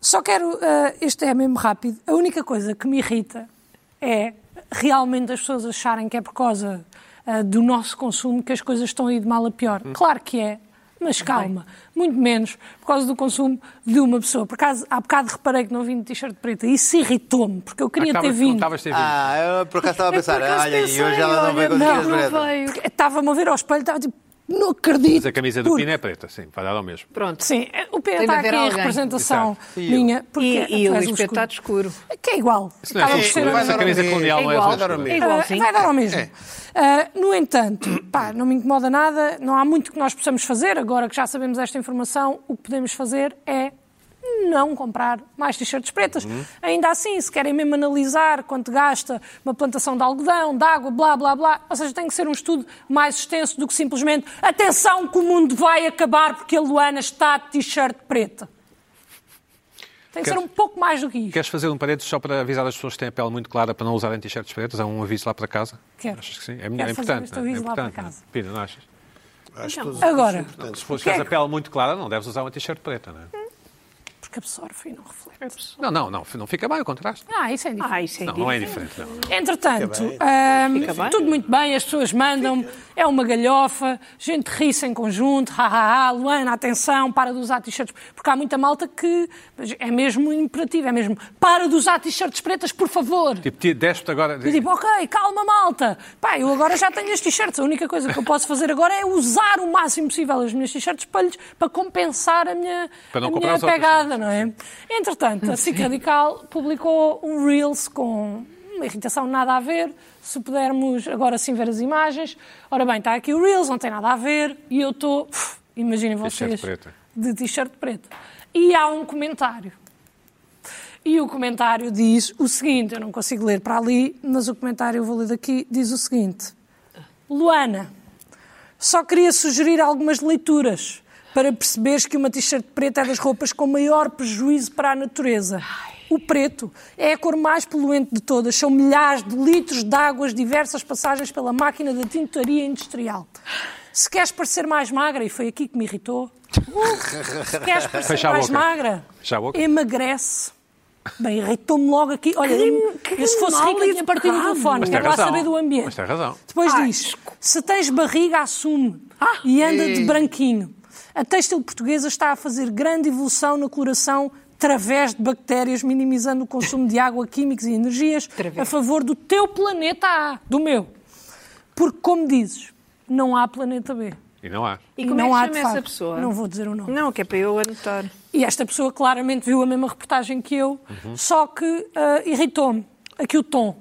Speaker 4: Só quero, ah, este é mesmo rápido, a única coisa que me irrita é realmente as pessoas acharem que é por causa ah, do nosso consumo que as coisas estão aí de mal a pior.
Speaker 1: Hum.
Speaker 4: Claro que é, mas calma, muito menos por causa do consumo de uma pessoa. Por acaso, há bocado reparei que não vim de t-shirt preta e isso irritou-me, porque eu queria ter
Speaker 1: Acabas-
Speaker 4: vindo.
Speaker 1: Estavas a ter vindo.
Speaker 5: Ah, eu por acaso
Speaker 4: É
Speaker 5: estava a pensar,
Speaker 3: por acaso
Speaker 5: olha, e
Speaker 3: pensei,
Speaker 5: hoje ela não vai
Speaker 3: olha,
Speaker 5: conseguir
Speaker 4: não,
Speaker 5: as
Speaker 4: não
Speaker 5: bretas.
Speaker 3: vai.
Speaker 4: Estava-me a ver ao espelho, estava tipo, não acredito.
Speaker 1: Mas a camisa do
Speaker 4: porque-
Speaker 1: Pina é preta, sim, vai dar ao mesmo.
Speaker 3: Pronto.
Speaker 4: Sim, é, o Pina
Speaker 3: Tem de
Speaker 4: está aqui
Speaker 3: haver
Speaker 4: em
Speaker 3: alguém.
Speaker 4: representação
Speaker 1: Exato. E eu.
Speaker 4: minha, porque
Speaker 3: E,
Speaker 4: tu
Speaker 3: e o
Speaker 4: és
Speaker 3: espetáculo está de escuro.
Speaker 4: Que é igual.
Speaker 1: Isso não é
Speaker 4: Acaba por
Speaker 1: azul
Speaker 4: ser
Speaker 1: escuro.
Speaker 2: vai
Speaker 4: um-
Speaker 1: Essa
Speaker 2: dar ao
Speaker 1: camisa
Speaker 2: mesmo.
Speaker 1: colonial não é azul
Speaker 3: Igual.
Speaker 1: escuro.
Speaker 3: É igual,
Speaker 4: Ah,
Speaker 3: sim.
Speaker 4: Vai dar ao mesmo. Ah, no entanto, pá, não me incomoda nada, não há muito que nós possamos fazer. Agora que já sabemos esta informação, o que podemos fazer é não comprar mais t-shirts pretas. Ainda assim, se querem mesmo analisar quanto gasta uma plantação de algodão, de água, blá, blá, blá, ou seja, tem que ser um estudo mais extenso do que simplesmente atenção que o mundo vai acabar porque a Luana está de t-shirt preta. Tem que
Speaker 1: Quer-
Speaker 4: ser um pouco mais do que isto.
Speaker 1: Queres fazer um parênteses só para avisar as pessoas que têm a pele muito clara para não usarem t-shirts pretas? Há um aviso lá para casa?
Speaker 4: Quero.
Speaker 1: Achas que sim? É, é
Speaker 4: Quero fazer
Speaker 1: importante.
Speaker 4: este
Speaker 1: não é? É
Speaker 4: aviso lá para
Speaker 1: importante, não é?
Speaker 4: casa. é
Speaker 1: Pina, não achas?
Speaker 2: Acho que todos
Speaker 4: Agora,
Speaker 1: Não, se fores a pele muito clara, não deves usar uma t-shirt preta, não é?
Speaker 4: porque absorve e não reflete.
Speaker 1: Não, não, não, não fica bem o contraste.
Speaker 4: Ah, isso é diferente.
Speaker 3: Ah, isso é
Speaker 1: Não, não é diferente, não. não.
Speaker 4: Entretanto,
Speaker 2: Fica
Speaker 4: ahm,
Speaker 3: bem.
Speaker 4: tudo muito bem, as pessoas mandam é uma galhofa, gente ri-se em conjunto, ha, ha, ha, Luana, atenção, para de usar t-shirts, porque há muita malta que mas é mesmo imperativo, é mesmo, para de usar t-shirts pretas, por favor.
Speaker 1: Tipo, ti- despe-te agora.
Speaker 4: E tipo, ok, calma malta, pá, eu agora já tenho as t-shirts, a única coisa que eu posso fazer agora é usar o máximo possível as minhas t-shirts para, lhes- para compensar a minha,
Speaker 1: Para não
Speaker 4: a
Speaker 1: comprar
Speaker 4: minha
Speaker 1: as outras.
Speaker 4: pegada, não é? Entretanto, a SIC Radical publicou um Reels com uma irritação nada a ver, se pudermos agora sim ver as imagens. Ora bem, está aqui o Reels, não tem nada a ver, e eu estou, uf, imaginem
Speaker 1: T-shirt
Speaker 4: vocês,
Speaker 1: preta.
Speaker 4: de t-shirt preta. E há um comentário. E o comentário diz o seguinte: eu não consigo ler para ali, mas o comentário eu vou ler daqui. Diz o seguinte: Luana, só queria sugerir algumas leituras para perceberes que uma t-shirt preta é das roupas com maior prejuízo para a natureza. O preto é a cor mais poluente de todas. São milhares de litros de águas diversas passagens pela máquina da tintoria industrial. Se queres parecer mais magra, e foi aqui que me irritou, se queres parecer
Speaker 1: Fecha a
Speaker 4: mais
Speaker 1: boca.
Speaker 4: magra,
Speaker 1: Fecha a boca.
Speaker 4: emagrece. Bem, irritou-me logo aqui. Olha, eu se fosse
Speaker 3: mal
Speaker 4: rica, tinha partido o
Speaker 3: educado.
Speaker 4: telefone.
Speaker 1: Mas tem
Speaker 4: Quero lá
Speaker 1: é razão.
Speaker 4: é saber do ambiente.
Speaker 1: Mas tem razão.
Speaker 4: Depois
Speaker 3: Ai, Ah,
Speaker 4: diz: se tens barriga, assume e anda
Speaker 3: é.
Speaker 4: de branquinho. A têxtil portuguesa está a fazer grande evolução na coloração através de bactérias, minimizando o consumo de água, químicos e energias a favor do teu planeta A, do meu. Porque, como dizes, não há planeta B.
Speaker 1: E não há.
Speaker 3: E como
Speaker 4: não
Speaker 3: é
Speaker 4: há,
Speaker 3: que
Speaker 4: de
Speaker 3: chama essa
Speaker 4: facto.
Speaker 3: pessoa?
Speaker 4: Não vou dizer o nome.
Speaker 3: Não, que é para eu anotar.
Speaker 4: E esta pessoa claramente viu a mesma reportagem que eu, só que ah, irritou-me aqui o tom.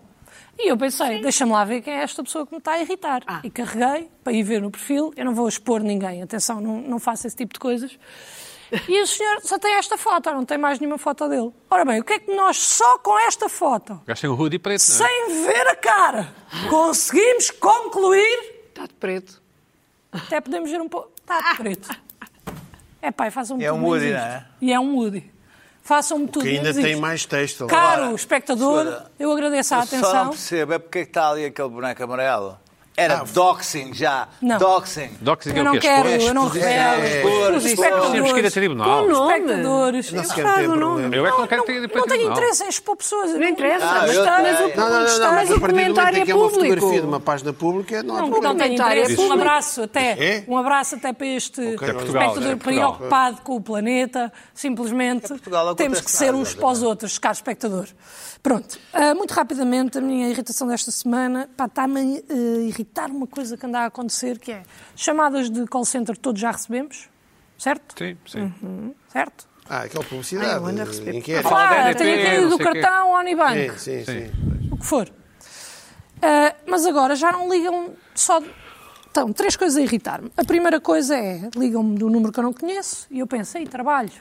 Speaker 4: E eu pensei, deixa-me lá ver quem é esta pessoa que me está a irritar.
Speaker 3: Ah.
Speaker 4: E carreguei para ir ver no perfil. Eu não vou expor ninguém, atenção, não, não faço esse tipo de coisas. E o senhor só tem esta foto, não tem mais nenhuma foto dele. Ora bem, o que é que nós só com esta foto,
Speaker 1: Gastem o hoodie preto, não é?
Speaker 4: sem ver a cara, conseguimos concluir?
Speaker 3: Está de preto.
Speaker 4: Até podemos ver um pouco. Está de preto. É pai, faz um
Speaker 5: É um
Speaker 4: pouco mais
Speaker 5: Woody,
Speaker 4: isto.
Speaker 5: não é?
Speaker 4: E é um Woody. façam-me tudo.
Speaker 2: Que ainda
Speaker 4: menos
Speaker 2: tem
Speaker 4: isto.
Speaker 2: mais texto. lá.
Speaker 4: Caro espectador,
Speaker 5: Senhora,
Speaker 4: eu agradeço a
Speaker 5: Eu Só não
Speaker 4: atenção.
Speaker 5: percebo, é porque é que está ali aquele boneco amarelo. Era doxing já.
Speaker 4: Não.
Speaker 5: Doxing.
Speaker 1: Doxing é
Speaker 4: Eu
Speaker 1: o
Speaker 4: não
Speaker 1: quê?
Speaker 4: quero,
Speaker 1: Expor?
Speaker 4: eu não
Speaker 5: Expor-
Speaker 4: revelo.
Speaker 5: Expor- Expor-
Speaker 1: Temos que ir a tribunal.
Speaker 3: Com nome.
Speaker 4: Espectadores.
Speaker 2: Não
Speaker 4: Eu
Speaker 2: se
Speaker 4: gostava
Speaker 2: quer ter
Speaker 3: não.
Speaker 2: problema.
Speaker 1: Eu é que não
Speaker 4: Não,
Speaker 1: quero
Speaker 4: não,
Speaker 1: ter ido para
Speaker 4: não tenho
Speaker 1: tribunal.
Speaker 4: interesse em expor pessoas.
Speaker 3: Não interessa,
Speaker 5: Ah,
Speaker 3: mas
Speaker 5: eu
Speaker 3: está,
Speaker 5: sei.
Speaker 3: mas o-
Speaker 2: Não, não, não, não, mas
Speaker 3: mas
Speaker 2: a
Speaker 3: o
Speaker 2: partir do momento
Speaker 3: comentário
Speaker 2: em
Speaker 3: é
Speaker 2: que é uma fotografia de
Speaker 3: público.
Speaker 2: uma página pública, não há
Speaker 4: Não, não
Speaker 2: problema.
Speaker 4: tem
Speaker 3: Comentário é
Speaker 4: interesse. Um
Speaker 3: público.
Speaker 4: abraço até.
Speaker 2: É?
Speaker 4: Um abraço até para este
Speaker 2: Até
Speaker 1: Portugal,
Speaker 4: espectador
Speaker 1: é Portugal.
Speaker 4: preocupado com o planeta. Simplesmente
Speaker 5: É Portugal acontece
Speaker 4: temos que ser
Speaker 5: nada, é?
Speaker 4: uns
Speaker 5: olha.
Speaker 4: para os outros, caro espectador. Pronto. Ah, muito rapidamente, a minha irritação desta semana pá, está-me a eh, irritar uma coisa que anda a acontecer, que é chamadas de call center todos já recebemos, certo?
Speaker 1: Sim,
Speaker 4: Uhum.
Speaker 1: sim.
Speaker 4: Certo?
Speaker 2: Ah, aquela publicidade.
Speaker 3: Ah, eu ando a receber.
Speaker 2: em que é?
Speaker 1: Fala da
Speaker 4: Ah,
Speaker 1: NTT,
Speaker 4: tenho aquele
Speaker 1: não
Speaker 4: do
Speaker 1: sei o quê. É.
Speaker 4: cartão Onibank
Speaker 2: Sim, sim, sim.
Speaker 4: o que for. Ah, mas agora já não ligam só. Então, três coisas a irritar-me. A primeira coisa é ligam-me do número que eu não conheço e eu penso, aí trabalho.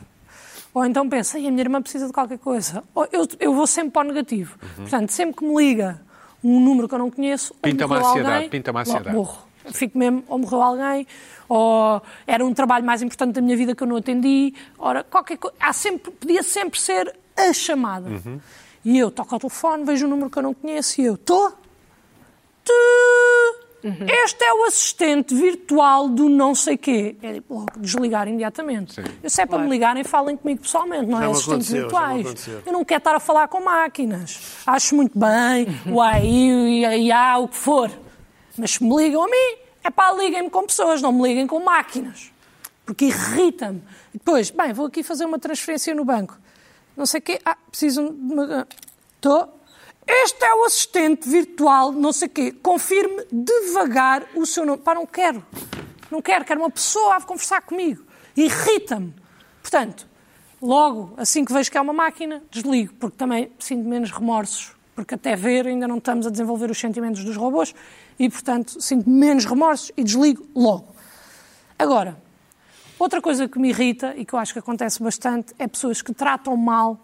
Speaker 4: Ou então penso, "Ei, a minha irmã precisa de qualquer coisa. Ou eu, eu vou sempre para o negativo.
Speaker 1: Uhum.
Speaker 4: Portanto, sempre que me liga um número que eu não conheço, ou
Speaker 1: Pinta-me
Speaker 4: morreu
Speaker 1: a ansiedade,
Speaker 4: alguém,
Speaker 1: pinta-me a
Speaker 4: logo
Speaker 1: ansiedade.
Speaker 4: morro. Fico mesmo, ou morreu alguém, ou era um trabalho mais importante da minha vida que eu não atendi. Ora, qualquer coisa. Há sempre, podia sempre ser a chamada.
Speaker 1: Uhum.
Speaker 4: E eu toco ao telefone, vejo um número que eu não conheço e eu estou. Este é o assistente virtual do não sei quê. É tipo, logo desligar imediatamente. Eu sei para me ligarem, falem comigo pessoalmente, não
Speaker 2: Já
Speaker 4: é
Speaker 2: me
Speaker 4: assistentes
Speaker 2: aconteceu, já me
Speaker 4: virtuais.
Speaker 2: aconteceu.
Speaker 4: Eu não quero estar a falar com máquinas. Acho muito bem, o AI, o IA, o que for. Mas se me ligam a mim, é pá, liguem-me com pessoas, não me liguem com máquinas. Porque irrita-me. E Depois, bem, vou aqui fazer uma transferência no banco. Não sei o quê. Ah, preciso de uma... Estou... Este é o assistente virtual, não sei o quê. Confirme devagar o seu nome. Pá, não quero. Não quero, quero uma pessoa a conversar comigo. Irrita-me. Portanto, Logo, assim que vejo que é uma máquina, desligo, porque também sinto menos remorsos, porque até ver ainda não estamos a desenvolver os sentimentos dos robôs e, portanto, sinto menos remorsos e desligo logo. Agora, outra coisa que me irrita e que eu acho que acontece bastante é pessoas que tratam mal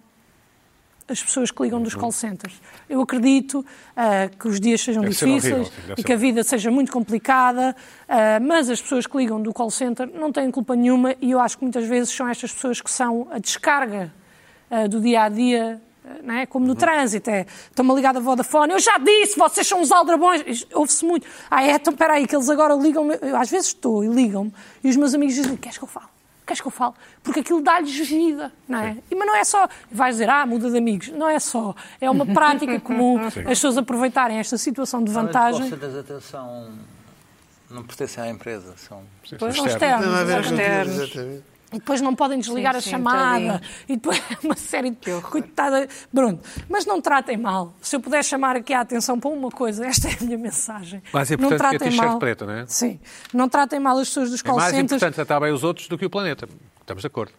Speaker 4: as pessoas que ligam
Speaker 1: Uhum.
Speaker 4: dos call centers. Eu acredito ah, que os dias sejam
Speaker 1: Deve ser
Speaker 4: difíceis
Speaker 1: horrível, sim, deve
Speaker 4: e
Speaker 1: ser
Speaker 4: que a vida seja muito complicada, ah, mas as pessoas que ligam do call center não têm culpa nenhuma e eu acho que muitas vezes são estas pessoas que são a descarga ah, do dia a dia. ah, Não é? Como no trânsito, é, estão-me ligada a Vodafone, eu já disse, vocês são uns aldrabões. Isto Ouve-se muito. Ah, é, então espera aí, que eles agora ligam eu, Às vezes estou e ligam-me, e os meus amigos dizem: Queres que eu fale? Queres que eu fale? Porque aquilo dá-lhes vida, não é? E, mas não é só. Vais dizer, ah, muda de amigos. Não é só. É uma prática comum as pessoas aproveitarem esta situação de vantagem.
Speaker 5: Vocês, atenção, não pertencem à empresa. São...
Speaker 4: Depois não
Speaker 1: Externo.
Speaker 2: Não tem nada a ver
Speaker 4: externos.
Speaker 2: com
Speaker 4: exatamente.
Speaker 2: aquilo,
Speaker 3: Externos.
Speaker 2: exatamente.
Speaker 4: E depois não podem desligar
Speaker 3: Sim,
Speaker 4: a
Speaker 3: sim,
Speaker 4: chamada.
Speaker 3: tadinhos.
Speaker 4: E depois é uma série de. Coitada. Pronto. Mas não tratem mal. Se eu puder chamar aqui a atenção para uma coisa, esta é a minha mensagem.
Speaker 1: Mais importante
Speaker 4: não
Speaker 1: que a
Speaker 4: tratem
Speaker 1: t-shirt
Speaker 4: mal.
Speaker 1: preta, não é?
Speaker 4: Sim. Não tratem mal as pessoas dos
Speaker 1: É
Speaker 4: call
Speaker 1: mais
Speaker 4: centers.
Speaker 1: importante tratar bem os outros do que o planeta. Estamos de acordo.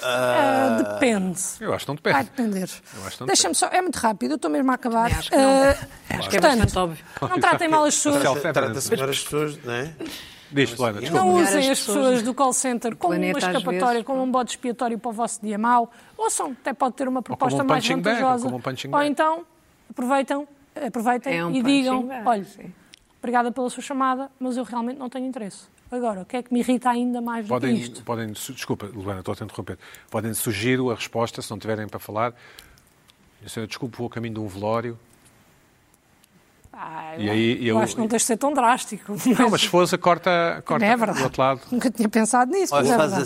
Speaker 4: Ah, depende.
Speaker 1: Eu acho que não
Speaker 4: Vai
Speaker 1: depende.
Speaker 4: depender.
Speaker 1: Eu acho que não
Speaker 4: Deixa-me só, é muito rápido, eu estou mesmo a acabar.
Speaker 3: Também acho que não.
Speaker 4: Ah,
Speaker 3: Acho que é
Speaker 4: portanto,
Speaker 3: bastante óbvio.
Speaker 4: Não tratem mal as pessoas.
Speaker 1: Self-evident.
Speaker 2: Trata-se agora as pessoas, não é?
Speaker 1: Diz, Luana, desculpa.
Speaker 4: Não
Speaker 3: Olhar
Speaker 4: usem as
Speaker 3: as
Speaker 4: pessoas,
Speaker 3: pessoas
Speaker 4: do call center como uma
Speaker 3: planeta, às
Speaker 4: escapatória,
Speaker 3: vezes.
Speaker 4: como um bode expiatório para o vosso dia mau. Ouçam, até pode ter uma proposta
Speaker 1: um
Speaker 4: mais
Speaker 1: punching bag, ou
Speaker 4: vantajosa.
Speaker 1: como um punching
Speaker 4: ou
Speaker 1: bag.
Speaker 4: então, aproveitem, aproveitem
Speaker 3: É um
Speaker 4: e digam,
Speaker 3: punching bag,
Speaker 4: olha,
Speaker 3: sim.
Speaker 4: obrigada pela sua chamada, mas eu realmente não tenho interesse. Agora, o que é que me irrita ainda mais do que
Speaker 1: Podem,
Speaker 4: isto?
Speaker 1: podem, su- desculpa, Luana, estou a te interromper. Podem sugerir a resposta, se não tiverem para falar. Eu sei, desculpe, vou a caminho de um velório.
Speaker 4: Ah,
Speaker 1: E aí,
Speaker 4: eu
Speaker 1: eu-
Speaker 4: acho que não deixa de ser tão drástico.
Speaker 1: Não, mas se fosse, corta, corta
Speaker 4: é
Speaker 1: do
Speaker 4: verdade.
Speaker 1: outro lado.
Speaker 4: Nunca tinha pensado nisso.
Speaker 5: Olha,
Speaker 4: mas é
Speaker 5: fazes
Speaker 4: verdade.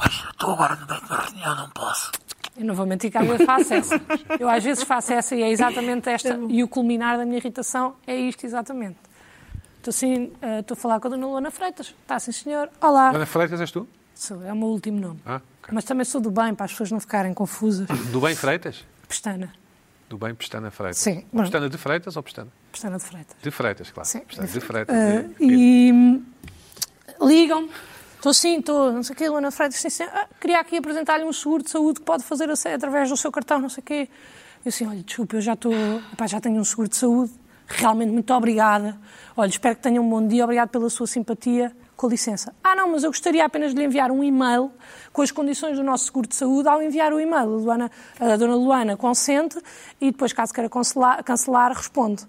Speaker 5: assim. Olha, estou agora no meio da reunião, não posso.
Speaker 4: Eu não vou mentir que às vezes faço essa. Eu às vezes faço essa e é exatamente esta. E o culminar da minha irritação é isto exatamente. Estou assim, eh, estou a falar com a dona Luana Freitas. Está sim, senhor. Olá.
Speaker 1: Luana Freitas, és tu?
Speaker 4: Sou, é o meu último nome.
Speaker 1: Ah, ok.
Speaker 4: Mas também sou do bem, para as pessoas não ficarem confusas.
Speaker 1: Do bem Freitas?
Speaker 4: Pestana.
Speaker 1: Do bem Pestana Freitas.
Speaker 4: Sim.
Speaker 1: Pestana de Freitas ou Pestana?
Speaker 4: Pestana de Freitas.
Speaker 1: De Freitas, claro.
Speaker 4: Sim,
Speaker 1: Pestana
Speaker 4: de
Speaker 1: de Freitas.
Speaker 4: Eh,
Speaker 1: de-
Speaker 4: e hum, ligam-me. Estou sim, estou, não sei o quê, Luana Freitas, sim, sim. Ah, queria aqui apresentar-lhe um seguro de saúde que pode fazer ace- através do seu cartão, não sei o quê. Eu assim, olha, desculpe, eu já estou, epá, já tenho um seguro de saúde, realmente muito obrigada. Olha, espero que tenha um bom dia, obrigado pela sua simpatia, com licença. Ah não, mas eu gostaria apenas de lhe enviar um e-mail com as condições do nosso seguro de saúde. Ao enviar o e-mail, a, Luana, a dona Luana consente e depois, caso queira cancelar, cancelar responde.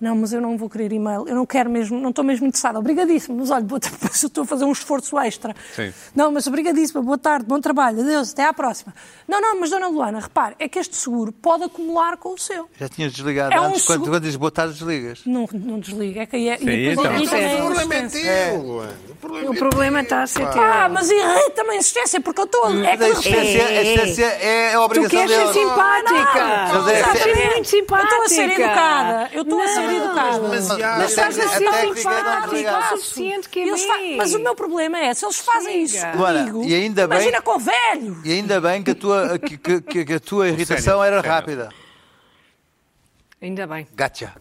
Speaker 4: Não, mas eu não vou querer e-mail, eu não quero mesmo, não estou mesmo interessada. Obrigadíssimo, mas olha, boa tarde, eu estou a fazer um esforço extra.
Speaker 1: Sim.
Speaker 4: Não, mas obrigadíssima, boa tarde, bom trabalho, adeus, até à próxima. Não, não, mas dona Luana, repare, é que este seguro pode acumular com o seu.
Speaker 5: Já tinhas desligado
Speaker 4: É um
Speaker 5: antes, quando,
Speaker 4: segu-
Speaker 5: quando dizes boa tarde, desligas.
Speaker 4: Não, não desliga, é que aí é.
Speaker 1: Sim, então.
Speaker 4: irrita-me
Speaker 3: Então,
Speaker 4: a
Speaker 3: o
Speaker 2: O problema é
Speaker 4: insistência.
Speaker 2: teu, Luana. O problema,
Speaker 3: O problema está a ser teu.
Speaker 4: Ah, mas irrita-me a insistência, porque eu estou. É que
Speaker 5: A
Speaker 4: de repente-
Speaker 5: existência, a existência é a
Speaker 3: Tu
Speaker 5: obrigação
Speaker 3: queres ser
Speaker 5: dele.
Speaker 3: simpática.
Speaker 1: é
Speaker 5: Não, não,
Speaker 3: Estás a ser
Speaker 4: não.
Speaker 3: muito simpática.
Speaker 4: Eu estou a ser educada. Eu estou a ser educada.
Speaker 2: demasiado.
Speaker 5: Mas assim,
Speaker 3: Estás a
Speaker 5: A
Speaker 3: ser
Speaker 5: técnica não
Speaker 3: simpática.
Speaker 5: obrigado.
Speaker 3: É o
Speaker 4: Faço.
Speaker 3: suficiente que é
Speaker 4: Eles fa-
Speaker 3: mim.
Speaker 4: Mas o meu problema é, se eles fazem isso
Speaker 3: Chega.
Speaker 5: Luana,
Speaker 4: comigo,
Speaker 5: e ainda bem-
Speaker 4: imagina com velho.
Speaker 5: E ainda bem que a tua, que, que- que- que a tua irritação
Speaker 1: sénior,
Speaker 5: era
Speaker 1: sénior.
Speaker 5: rápida.
Speaker 3: Ainda bem,
Speaker 5: Gacha.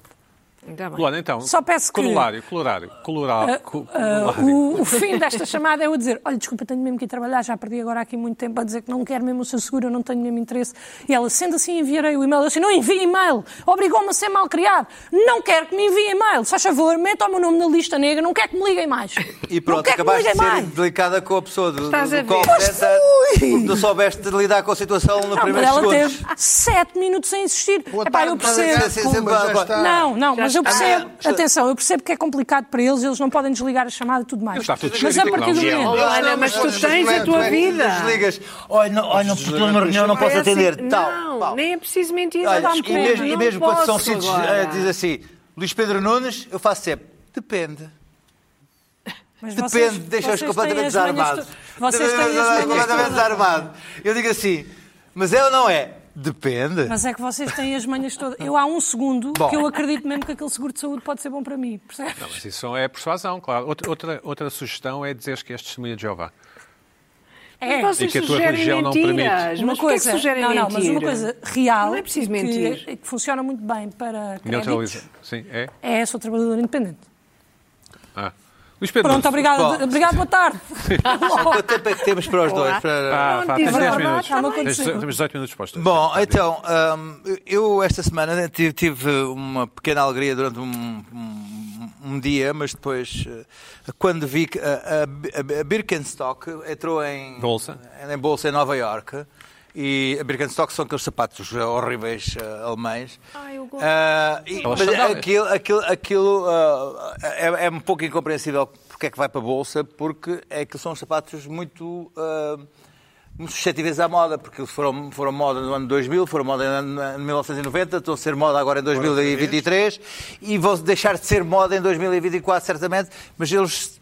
Speaker 3: ainda bem.
Speaker 1: Luana, então.
Speaker 4: Só peço que-
Speaker 1: Corolário, colorário, colorário. co-
Speaker 4: Ah,
Speaker 1: colorário.
Speaker 4: o, o fim desta chamada é eu dizer, olha, desculpa, tenho mesmo que ir trabalhar, já perdi agora aqui muito tempo a dizer que não quero mesmo o seu seguro, eu não tenho mesmo interesse. E ela, sendo assim, enviarei o e-mail. Eu disse, não envie e-mail, obrigou-me a ser mal criado. Não quero que me envie e-mail, se faz favor, meta o meu nome na lista negra, não quero que me liguem mais.
Speaker 5: E
Speaker 4: não
Speaker 5: pronto,
Speaker 4: quero que me
Speaker 5: acabaste de
Speaker 4: liguem
Speaker 5: ser
Speaker 4: mais.
Speaker 5: delicada com a pessoa do, do,
Speaker 3: Estás a
Speaker 5: do
Speaker 3: ver.
Speaker 5: call
Speaker 3: Pois
Speaker 5: center,
Speaker 4: fui!
Speaker 5: porque tu soubeste lidar com a situação no
Speaker 4: Não, mas
Speaker 5: primeiro
Speaker 4: ela
Speaker 5: segundo.
Speaker 4: teve sete minutos a insistir.
Speaker 2: Boa
Speaker 4: Epá,
Speaker 2: tarde,
Speaker 4: eu
Speaker 2: estás a ligar,
Speaker 4: percebo.
Speaker 5: Sim, sim,
Speaker 2: Pumba,
Speaker 5: sim,
Speaker 2: já
Speaker 5: agora.
Speaker 2: está.
Speaker 4: Não, não, mas eu
Speaker 3: está.
Speaker 4: percebo.
Speaker 5: Ah,
Speaker 4: Atenção, eu percebo que é complicado para eles, eles não podem desligar a chamada e tudo mais.
Speaker 1: Está tudo
Speaker 4: Mas a
Speaker 1: escrito,
Speaker 4: partir do
Speaker 1: não,
Speaker 4: momento.
Speaker 3: Luana,
Speaker 5: Não,
Speaker 3: mas tu
Speaker 5: olha,
Speaker 3: tens a
Speaker 5: tu
Speaker 3: tua
Speaker 5: é que
Speaker 3: vida.
Speaker 5: Desligas. Olha, não, olha, não, estou numa reunião, não posso
Speaker 3: É assim-
Speaker 5: atender. Tal,
Speaker 3: Não,
Speaker 5: pau.
Speaker 3: nem é preciso mentir.
Speaker 5: Olha,
Speaker 3: dá-me
Speaker 5: e
Speaker 3: conta,
Speaker 5: mesmo, e
Speaker 3: não
Speaker 5: mesmo quando são
Speaker 3: posso
Speaker 5: sítios,
Speaker 3: agora.
Speaker 5: eh, diz assim, Luís Pedro Nunes, eu faço sempre, depende.
Speaker 4: Mas vocês-
Speaker 5: Depende,
Speaker 4: vocês
Speaker 5: deixa-os
Speaker 4: têm
Speaker 5: completamente
Speaker 4: as manhas
Speaker 5: desarmados.
Speaker 4: to- Vocês têm as manhas
Speaker 5: completamente
Speaker 4: todas.
Speaker 5: desarmado. Eu digo assim, mas é ou não é? Depende.
Speaker 4: Mas é que vocês têm as manhas todas. Eu há um segundo
Speaker 5: Bom.
Speaker 4: que eu acredito mesmo que aquele seguro de saúde pode ser bom para mim, percebes?
Speaker 1: Mas isso é persuasão, claro. Outra, outra, outra sugestão é dizeres que és testemunha de Jeová.
Speaker 4: É.
Speaker 3: Mas
Speaker 1: E
Speaker 3: vocês
Speaker 1: que a tua
Speaker 3: sugerem
Speaker 1: religião não
Speaker 3: mentiras.
Speaker 1: permite.
Speaker 3: Uma
Speaker 4: Uma
Speaker 3: mas
Speaker 4: coisa,
Speaker 3: coisa, que sugerem
Speaker 4: não, não, mas uma
Speaker 3: mentira?
Speaker 4: coisa real
Speaker 3: Não é preciso
Speaker 4: que-
Speaker 3: mentir.
Speaker 4: Que, funciona muito bem para
Speaker 1: Neutraliza.
Speaker 4: créditos
Speaker 1: Sim, é.
Speaker 4: é sou trabalhador independente.
Speaker 1: Ah. Luís Pedro.
Speaker 4: Pronto,
Speaker 5: Bom.
Speaker 4: obrigado, obrigado boa tarde.
Speaker 5: Quanto tempo é que temos para os dois? Para-
Speaker 1: Ah, pá,
Speaker 4: tive
Speaker 1: tens 10
Speaker 4: nada,
Speaker 1: minutos.
Speaker 4: estava a
Speaker 1: Tens-
Speaker 4: acontecer.
Speaker 1: Temos 18 minutos postos.
Speaker 5: Bom, então, hum, eu esta semana tive, tive uma pequena alegria durante um, um- um dia, mas depois, eh, quando vi que a, a- a Birkenstock entrou em
Speaker 1: Bolsa.
Speaker 5: em bolsa em Nova Iorque e a Birkenstock são aqueles sapatos eh, horríveis eh, alemães.
Speaker 3: Ah, eu gosto.
Speaker 5: Ah, e-
Speaker 1: Elas
Speaker 5: mas
Speaker 1: são dáveis.
Speaker 5: aquilo, aquilo, aquilo ah, é, é um pouco incompreensível porque é que vai para a bolsa, porque é que são sapatos muito. ah, muito suscetíveis à moda, porque foram, foram moda no ano 2000, foram moda no ano 1990, estão a ser moda agora em 2023 e vão deixar de ser moda em 2024, certamente, mas eles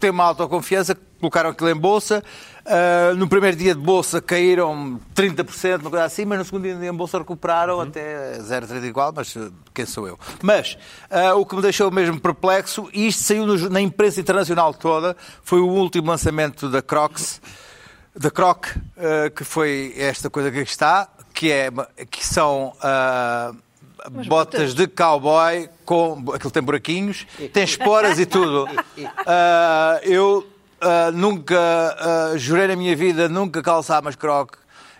Speaker 5: têm uma autoconfiança, colocaram aquilo em bolsa. ah, no primeiro dia de bolsa caíram 30%, uma coisa assim, mas no segundo dia em bolsa recuperaram até 0,30 igual, mas ah, quem sou eu? Mas ah, o que me deixou mesmo perplexo, e isto saiu no jo- na imprensa internacional toda, foi o último lançamento da Crocs da Croc, eh, que foi esta coisa que aqui está, que, é, que são ah, botas, de cowboy com. aquilo tem buraquinhos, tem esporas e tudo. Ah, eu ah, nunca ah, jurei na minha vida nunca calçar umas Croc,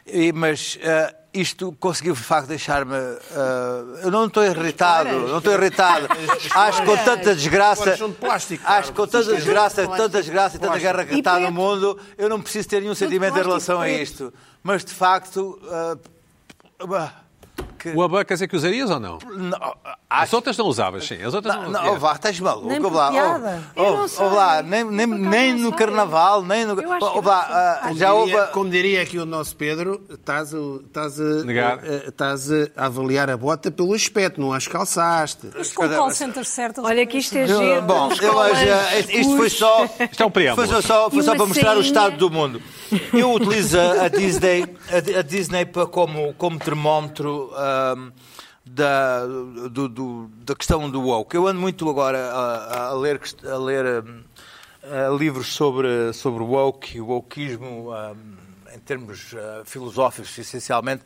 Speaker 5: e- mas. ah, isto conseguiu de facto deixar-me. ah, eu não estou irritado, não estou irritado. Acho que com tanta desgraça.
Speaker 2: Agora são de plástico,
Speaker 5: Acho que com
Speaker 2: claro.
Speaker 5: tanta desgraça, tanta desgraça e tanta guerra que
Speaker 3: E
Speaker 5: está no
Speaker 3: preto.
Speaker 5: mundo, eu não preciso ter nenhum sentimento em
Speaker 3: plástico
Speaker 5: relação a
Speaker 3: preto.
Speaker 5: isto. Mas de facto. ah, bah, que-
Speaker 1: O Abacas é que usarias ou não?
Speaker 5: não,
Speaker 1: As
Speaker 5: acho-
Speaker 1: outras não usavas, sim. As outras
Speaker 5: não,
Speaker 1: não,
Speaker 5: não,
Speaker 1: não
Speaker 5: oh, vá, oh, estás maluco,
Speaker 4: Nem
Speaker 5: ouve lá,
Speaker 4: piada.
Speaker 5: ouve,
Speaker 3: Eu não
Speaker 5: ouve,
Speaker 3: sei.
Speaker 5: ouve lá, nem, nem,
Speaker 3: Eu por acaso
Speaker 5: nem
Speaker 3: não
Speaker 5: no
Speaker 3: sei.
Speaker 5: carnaval, nem no.
Speaker 3: Eu acho que
Speaker 5: ouve lá,
Speaker 3: eu não
Speaker 5: ah,
Speaker 2: Como
Speaker 5: já
Speaker 2: diria-
Speaker 5: houve. a-
Speaker 2: Como diria aqui o nosso Pedro, estás, a- estás, a,
Speaker 1: Negar.
Speaker 2: a- estás a avaliar a bota pelo aspecto, não as calçaste.
Speaker 4: Isto com o call center certo.
Speaker 3: Olha que isto é giro.
Speaker 5: Bom,
Speaker 3: uns
Speaker 5: eu acho,
Speaker 3: colãs
Speaker 5: eh, isto foi
Speaker 3: escuros.
Speaker 5: só.
Speaker 1: Isto é um preâmbulo.
Speaker 5: Foi só, foi
Speaker 3: E
Speaker 5: só
Speaker 3: uma
Speaker 5: para mostrar o
Speaker 3: sainha.
Speaker 5: estado do mundo. Eu utilizo a, a Disney, a, a Disney pa- como, como termómetro ahm, da, do- do- da questão do woke. Eu ando muito agora a, a ler, quest- a ler ahm, ah, livros sobre, sobre woke e wokeismo. ahm, em termos eh, filosóficos, essencialmente,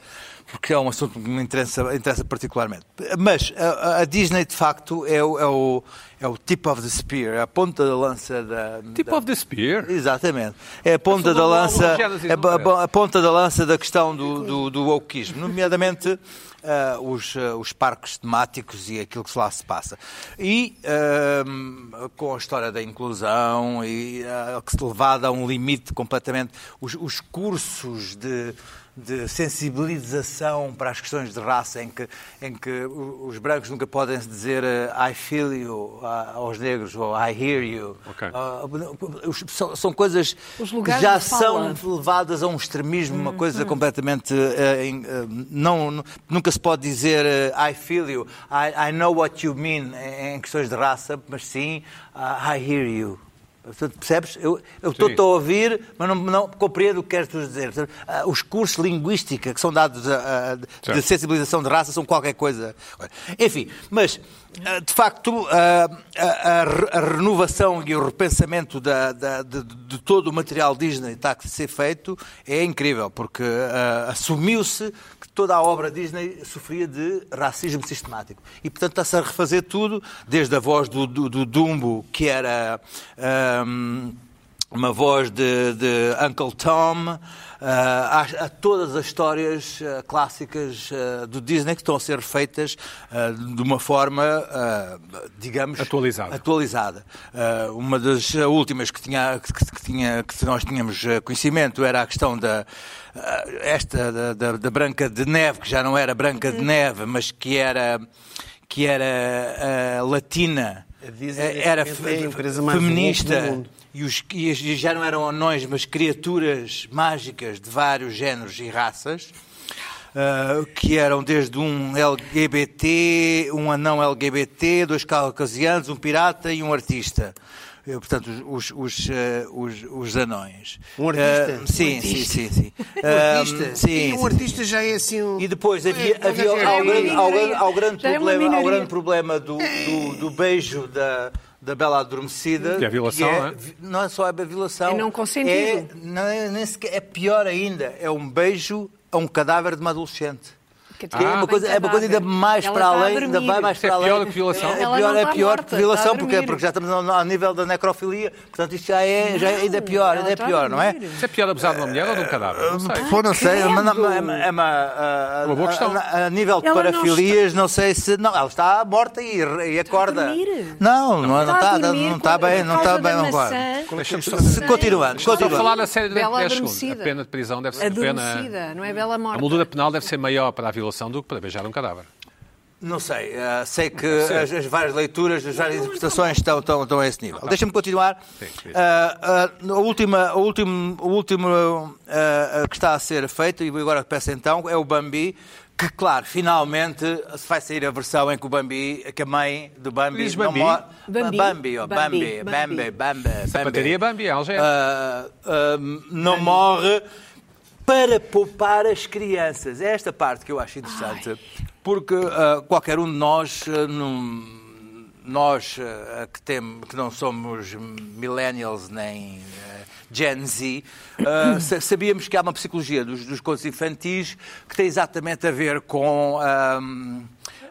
Speaker 5: porque é um assunto que me interessa, interessa particularmente. Mas a, a- a Disney, de facto, é o, é, o, é o tip of the spear, é a ponta da lança da.
Speaker 1: Tip
Speaker 5: da-
Speaker 1: Tipo of the spear.
Speaker 5: Exatamente. É a ponta
Speaker 1: Eu sou
Speaker 5: da
Speaker 1: lobo,
Speaker 5: lança.
Speaker 1: lobo, Gênesis,
Speaker 5: é a,
Speaker 1: não
Speaker 5: a-
Speaker 1: parece?
Speaker 5: a ponta da lança da questão do, do, do wokeismo, nomeadamente ah, os, ah, os parques temáticos e aquilo que lá se passa. E ah, com a história da eh, inclusão e ah, que se levada a um limite completamente. Os, os cursos de de sensibilização para as questões de raça, em que, em que o- os brancos nunca podem dizer eh, I feel you ah, aos negros ou I hear you.
Speaker 1: Ok.
Speaker 5: Ah, os- são, são coisas
Speaker 3: Os
Speaker 5: que
Speaker 3: lugares
Speaker 5: já
Speaker 3: de fala. Hum,
Speaker 5: são levadas a um extremismo, uma coisa completamente. eh, em, eh, não, nu- nunca se pode dizer eh, I feel you, I, I know what you mean em, em questões de raça, mas sim ah, I hear you. Portanto, percebes? Eu estou
Speaker 1: Sim.
Speaker 5: a ouvir, mas não, não compreendo o que queres tu dizer. Portanto, ah, os cursos de linguística que são dados a- a- de
Speaker 1: Certo.
Speaker 5: sensibilização de raça são qualquer coisa. Enfim, mas ah, de facto ah, a, a re- a renovação e o repensamento da- da- de, de todo o material Disney que está a ser feito é incrível, porque ah, assumiu-se que toda a obra Disney sofria de racismo sistemático. E portanto está-se a refazer tudo, desde a voz do, do- do Dumbo, que era. ah, uma voz de, de Uncle Tom, ah, a, a todas as histórias ah, clássicas ah, do Disney que estão a ser feitas ah, de uma forma, ah, digamos...
Speaker 1: Atualizada.
Speaker 5: atualizada. Ah, uma das últimas que, tinha, que, que tinha, que nós tínhamos ah, conhecimento era a questão da... ah, esta da, da- da Branca de Neve, que já não era Branca de Neve, mas que era, que era ah, latina. Ah,
Speaker 2: A Disney,
Speaker 5: Era
Speaker 2: neste
Speaker 5: fe-
Speaker 2: momento, é a empresa mais
Speaker 5: feminista
Speaker 2: woke do mundo.
Speaker 5: e, os, e as- e já não eram anões, mas criaturas mágicas de vários géneros e raças, ah, que eram desde um LGBT, um anão LGBT, dois caucasianos, um pirata e um artista. Eh, Portanto, os, os, os, ah, os- os anões.
Speaker 2: Um artista?
Speaker 5: Ah, sim,
Speaker 2: Um artista?
Speaker 5: sim, sim, sim.
Speaker 2: Um
Speaker 5: Ah,
Speaker 2: artista?
Speaker 5: sim,
Speaker 2: E um
Speaker 5: sim,
Speaker 2: artista já é assim um...
Speaker 5: e depois havia,
Speaker 2: É,
Speaker 5: havia
Speaker 2: já é
Speaker 5: ao,
Speaker 2: uma
Speaker 5: grande, ao, grande,
Speaker 3: minoria.
Speaker 5: ao grande
Speaker 3: Já é uma
Speaker 5: problema, ao
Speaker 3: minoria.
Speaker 5: grande problema do, do, do beijo da, da Bela Adormecida.
Speaker 1: Que é a violação, não é?
Speaker 5: vi- não é só a violação.
Speaker 3: É não consentido.
Speaker 5: É, não é- nem sequer, é pior ainda. É um beijo a um cadáver de uma adolescente.
Speaker 3: Que
Speaker 5: É uma coisa, é uma
Speaker 1: Ah,
Speaker 5: coisa ainda mais
Speaker 3: Ah, Ela
Speaker 5: para
Speaker 3: está tá a
Speaker 5: além, ainda
Speaker 3: dormir.
Speaker 5: vai mais
Speaker 1: Isso é
Speaker 5: para além.
Speaker 1: pior que violação?
Speaker 5: É
Speaker 3: Ela
Speaker 5: pior,
Speaker 3: não
Speaker 5: é
Speaker 3: está
Speaker 5: pior
Speaker 3: morta,
Speaker 5: que violação,
Speaker 3: está a
Speaker 5: porque,
Speaker 3: dormir.
Speaker 5: porque já estamos ao, ao nível da necrofilia, portanto isto já é, já é ainda
Speaker 3: Não,
Speaker 5: pior,
Speaker 3: ela
Speaker 5: ainda é
Speaker 3: está a
Speaker 5: pior, não é?
Speaker 3: dormir.
Speaker 1: Isso é pior abusar de uma mulher ou de um cadáver? Não sei.
Speaker 5: Pô, não sei,
Speaker 3: credo!
Speaker 5: mas não- é uma, é uma, a- a-
Speaker 1: Uma boa questão.
Speaker 5: a- A, a nível de
Speaker 3: Ela não
Speaker 5: parafilias, não, sei se. Não, ela está morta e, e acorda.
Speaker 3: dormir.
Speaker 5: Não, não
Speaker 3: Está
Speaker 5: não
Speaker 3: a
Speaker 5: está, não
Speaker 3: dormir
Speaker 5: não está
Speaker 3: por-
Speaker 5: bem,
Speaker 3: por
Speaker 5: não está
Speaker 3: causa
Speaker 5: bem,
Speaker 3: da
Speaker 5: não
Speaker 1: é
Speaker 3: maçã.
Speaker 5: vai.
Speaker 1: Deixa-me só-
Speaker 5: Se- Continuando,
Speaker 1: Só falar
Speaker 5: continuando.
Speaker 1: na série durante
Speaker 3: Bela
Speaker 1: 10 segundos. A
Speaker 3: adormecida.
Speaker 1: pena de prisão deve ser. a pena,
Speaker 3: Adormecida, não é bela
Speaker 1: a
Speaker 3: morte.
Speaker 1: moldura penal deve ser maior para a violação do que para beijar um cadáver.
Speaker 5: Não sei, ah, sei que as, as várias leituras, as várias interpretações estão, estão, estão a esse nível. Deixa-me continuar.
Speaker 1: Sim, sim.
Speaker 5: Ah, ah, a última, a última, o último ah, ah, que está a ser feito, e agora peço então, é o Bambi, que, claro, finalmente se vai sair a versão em que o Bambi, que a mãe do Bambi...
Speaker 1: Diz
Speaker 5: não
Speaker 1: Bambi?
Speaker 5: morre-
Speaker 3: Bambi.
Speaker 5: Bambi, ó, Bambi,
Speaker 3: Bambi,
Speaker 5: Bambi,
Speaker 3: Bambi.
Speaker 5: Bambi,
Speaker 1: Bateria é Bambi, Alger.
Speaker 5: ah, ah, não morre para poupar as crianças. É esta parte que eu acho interessante, porque ah, qualquer um de nós, ah, num- nós ah, que, tem, que não somos millennials nem ah, Gen Z, ah, sa- sabíamos que há uma psicologia dos, dos contos infantis que tem exatamente a ver com ah,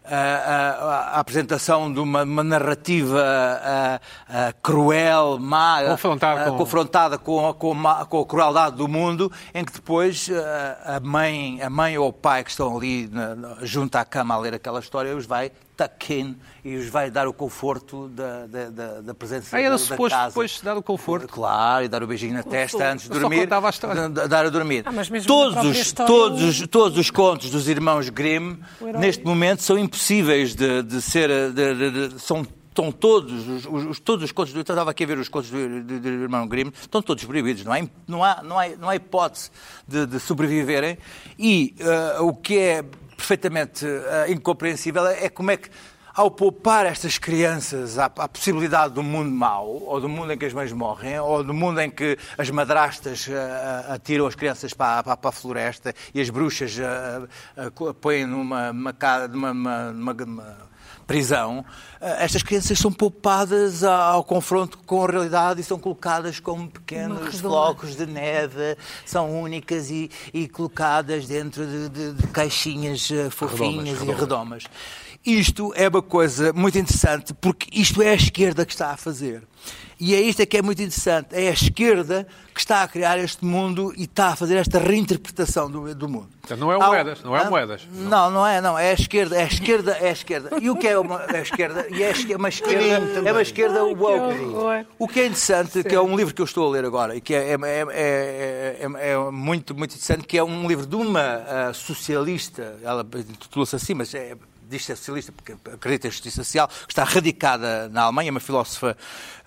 Speaker 5: a, a- a apresentação de uma, uma narrativa ah, ah, cruel, má,
Speaker 1: Confrontar
Speaker 5: ah,
Speaker 1: com-
Speaker 5: confrontada com, a- com a má- com a crueldade do mundo, em que depois ah, a, mãe, a mãe ou o pai que estão ali na- na- junto à cama a ler aquela história os vai tuck in e os vai dar o conforto da, da, da- da presença
Speaker 1: Ah, era
Speaker 5: da, da
Speaker 1: suposto
Speaker 5: casa.
Speaker 1: depois dar o conforto.
Speaker 5: Claro, e dar o beijinho na testa antes de
Speaker 1: Eu só
Speaker 5: dormir.
Speaker 1: contava a história.
Speaker 5: d- Dar a dormir.
Speaker 4: Ah, mas mesmo na
Speaker 5: todos,
Speaker 4: própria
Speaker 5: os,
Speaker 4: história,
Speaker 5: todos,
Speaker 4: o-
Speaker 5: os- todos os contos dos irmãos Grimm,
Speaker 4: herói.
Speaker 5: neste momento, são impossíveis de, de ser. de- de- de- são Estão todos os, os- os- todos os contos do. Eu estava aqui a ver os contos do, do- do irmão Grimm, estão todos proibidos, não há, im- não há, não há, não há hipótese de, de sobreviverem. E ah, o que é perfeitamente ah, incompreensível é como é que, ao poupar estas crianças à, à possibilidade do mundo mau, ou do mundo em que as mães morrem, ou do mundo em que as madrastas ah, ah, atiram as crianças para, a- para, a- para a floresta e as bruxas ah, ah, co- põem numa, numa ca- numa- numa- numa- numa prisão, ah, estas crianças são poupadas a- ao confronto com a realidade e são colocadas como pequenos flocos de neve, são únicas e, e colocadas dentro de, de- de caixinhas ah, fofinhas e eh, redomas. Isto é uma coisa muito interessante, porque isto é a esquerda que está a fazer. E é isto é que é muito interessante. É a esquerda que está a criar este mundo e está a fazer esta reinterpretação do, do mundo.
Speaker 1: Portanto, não é o
Speaker 5: Há- um-
Speaker 1: Moedas, não é o
Speaker 5: Hã?
Speaker 1: Moedas.
Speaker 5: Não, não é, não. É a esquerda, é a esquerda, é a esquerda. E o que é uma é a esquerda? E é a esque- uma esquerda, é uma esquerda woke.
Speaker 3: horror.
Speaker 5: O que é interessante, que é um livro que eu estou a ler agora, e que é, é- é- é- é- é muito, muito interessante, que é um livro de uma ah, socialista, ela intitula-se assim, mas é, diz-se é socialista porque acredita em justiça social, que está radicada na Alemanha, é uma filósofa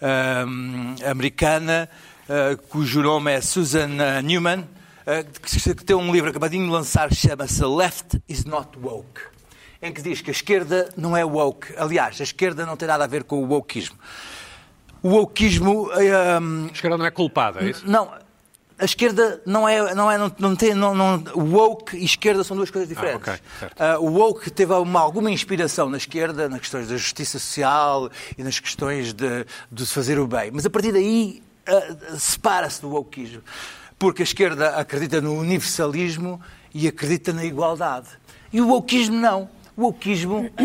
Speaker 5: ahm, americana, ah, cujo nome é Susan ah, Newman, ah, que que tem um livro acabadinho de lançar que chama-se Left is Not Woke em que diz que a esquerda não é woke. Aliás, a esquerda não tem nada a ver com o wokeismo. O wokeismo. eh, hum,
Speaker 1: A esquerda não é culpada, é isso?
Speaker 5: não. A esquerda não é. Não é não, não tem, não, não, woke e esquerda são duas coisas diferentes.
Speaker 1: Ah, ok, certo.
Speaker 5: Ah, o woke teve uma- alguma inspiração na esquerda, nas questões da justiça social e nas questões de, de se fazer o bem. Mas a partir daí ah, separa-se do wokeismo. Porque a esquerda acredita no universalismo e acredita na igualdade. E o wokeismo não. O wokeismo ah,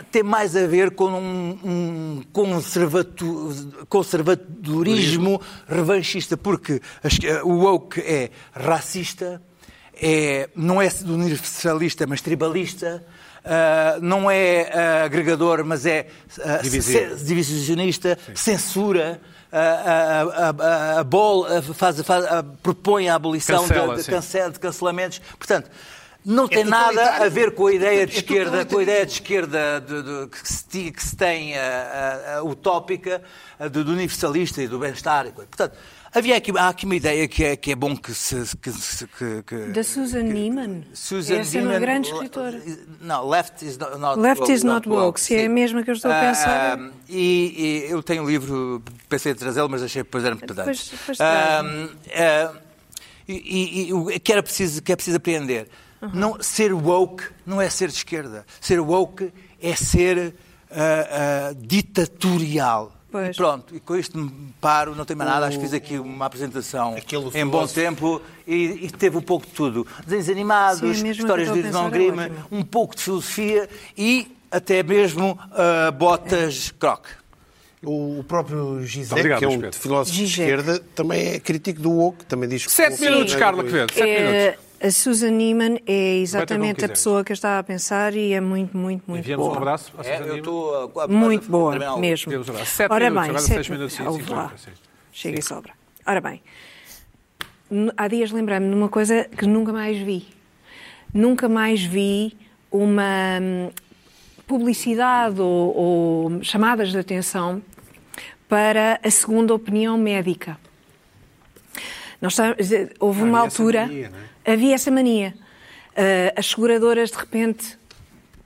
Speaker 5: ah, tem mais a ver com um, um conservatu- conservadorismo revanchista, porque a esque- o woke é racista, é, não é universalista, mas tribalista, ah, não é ah, agregador, mas é ah,
Speaker 1: Divisivo.
Speaker 5: ce- divisionista, censura, ah, ah, ah, ah, abol- ah, faz- faz- ah, propõe a abolição de-
Speaker 1: Cancela,
Speaker 5: de,
Speaker 1: sim.
Speaker 5: cancel- de cancelamentos. Portanto, não tem nada
Speaker 2: totalitário.
Speaker 5: a ver com a ideia de
Speaker 2: É
Speaker 5: esquerda, com a
Speaker 2: totalitarismo.
Speaker 5: ideia de esquerda de- de- que, se, ti- que se tem ah, ah, utópica ah, do, do universalista e do bem-estar. e coisa. Portanto, havia aqui, há aqui uma ideia que é, que é bom que se. que se- que- que-
Speaker 3: Da Susan Neiman.
Speaker 5: Susan
Speaker 3: Essa é uma
Speaker 5: Zeman-
Speaker 3: grande escritora.
Speaker 5: Não, Left is not, not
Speaker 3: Left
Speaker 5: woke,
Speaker 3: is not woke, se é
Speaker 5: sim.
Speaker 3: a mesma que eu estou a
Speaker 5: Ah,
Speaker 3: pensar.
Speaker 5: ah, e, e eu tenho um livro, pensei em trazê-lo, mas achei que depois era muito pedante.
Speaker 3: Depois- depois
Speaker 5: Ah,
Speaker 3: traz-me.
Speaker 5: ah, e, e- e o que era preciso, que é preciso apreender. Não, ser woke não é ser de esquerda. Ser woke é ser ah, ah, ditatorial.
Speaker 3: Pois.
Speaker 5: E pronto, e com isto me paro, não tenho mais nada, acho que fiz aqui uma apresentação
Speaker 2: Aquele
Speaker 5: em bom
Speaker 2: filósofo.
Speaker 5: tempo e, e teve um pouco de tudo. Desenhos animados,
Speaker 3: Sim, é mesmo
Speaker 5: histórias
Speaker 3: o
Speaker 5: de
Speaker 3: que eu estou a
Speaker 5: Edmond
Speaker 3: pensar, é
Speaker 5: Grima,
Speaker 3: ótimo.
Speaker 5: um pouco de filosofia e até mesmo ah,
Speaker 3: É.
Speaker 5: botas
Speaker 1: É,
Speaker 5: croc.
Speaker 2: O o próprio Gizek,
Speaker 1: Obrigado,
Speaker 2: que é um
Speaker 1: Luís Pedro.
Speaker 2: filósofo de
Speaker 3: Gizek.
Speaker 2: esquerda, também é crítico do woke, é também diz que...
Speaker 1: Sete
Speaker 2: Sim.
Speaker 1: minutos, Carla Quevedo, sete minutos.
Speaker 3: É, a Susan Neiman é
Speaker 1: como
Speaker 3: exatamente a
Speaker 1: quiseres.
Speaker 3: pessoa que eu estava a pensar e é muito, muito, muito
Speaker 1: Enviamos um
Speaker 3: boa.
Speaker 1: abraço. à
Speaker 5: É,
Speaker 1: Susana Lima.
Speaker 5: estou
Speaker 3: Muito boa, mesmo.
Speaker 1: Deus abraço. Sete
Speaker 3: Ora
Speaker 1: minutos,
Speaker 3: bem,
Speaker 1: agora
Speaker 3: sete
Speaker 1: seis minutos e
Speaker 3: Ah, ouve
Speaker 1: cinquenta,
Speaker 3: lá.
Speaker 1: sim.
Speaker 3: Chega e sobra. Ora bem, n- há dias lembrei-me de uma coisa que nunca mais vi. Nunca mais vi uma hum, publicidade ou, ou chamadas de atenção para a segunda opinião médica. Nós está- houve uma
Speaker 1: Havia essa
Speaker 3: altura.
Speaker 1: mania, não é?
Speaker 3: Havia essa mania. Ah, as seguradoras, de repente,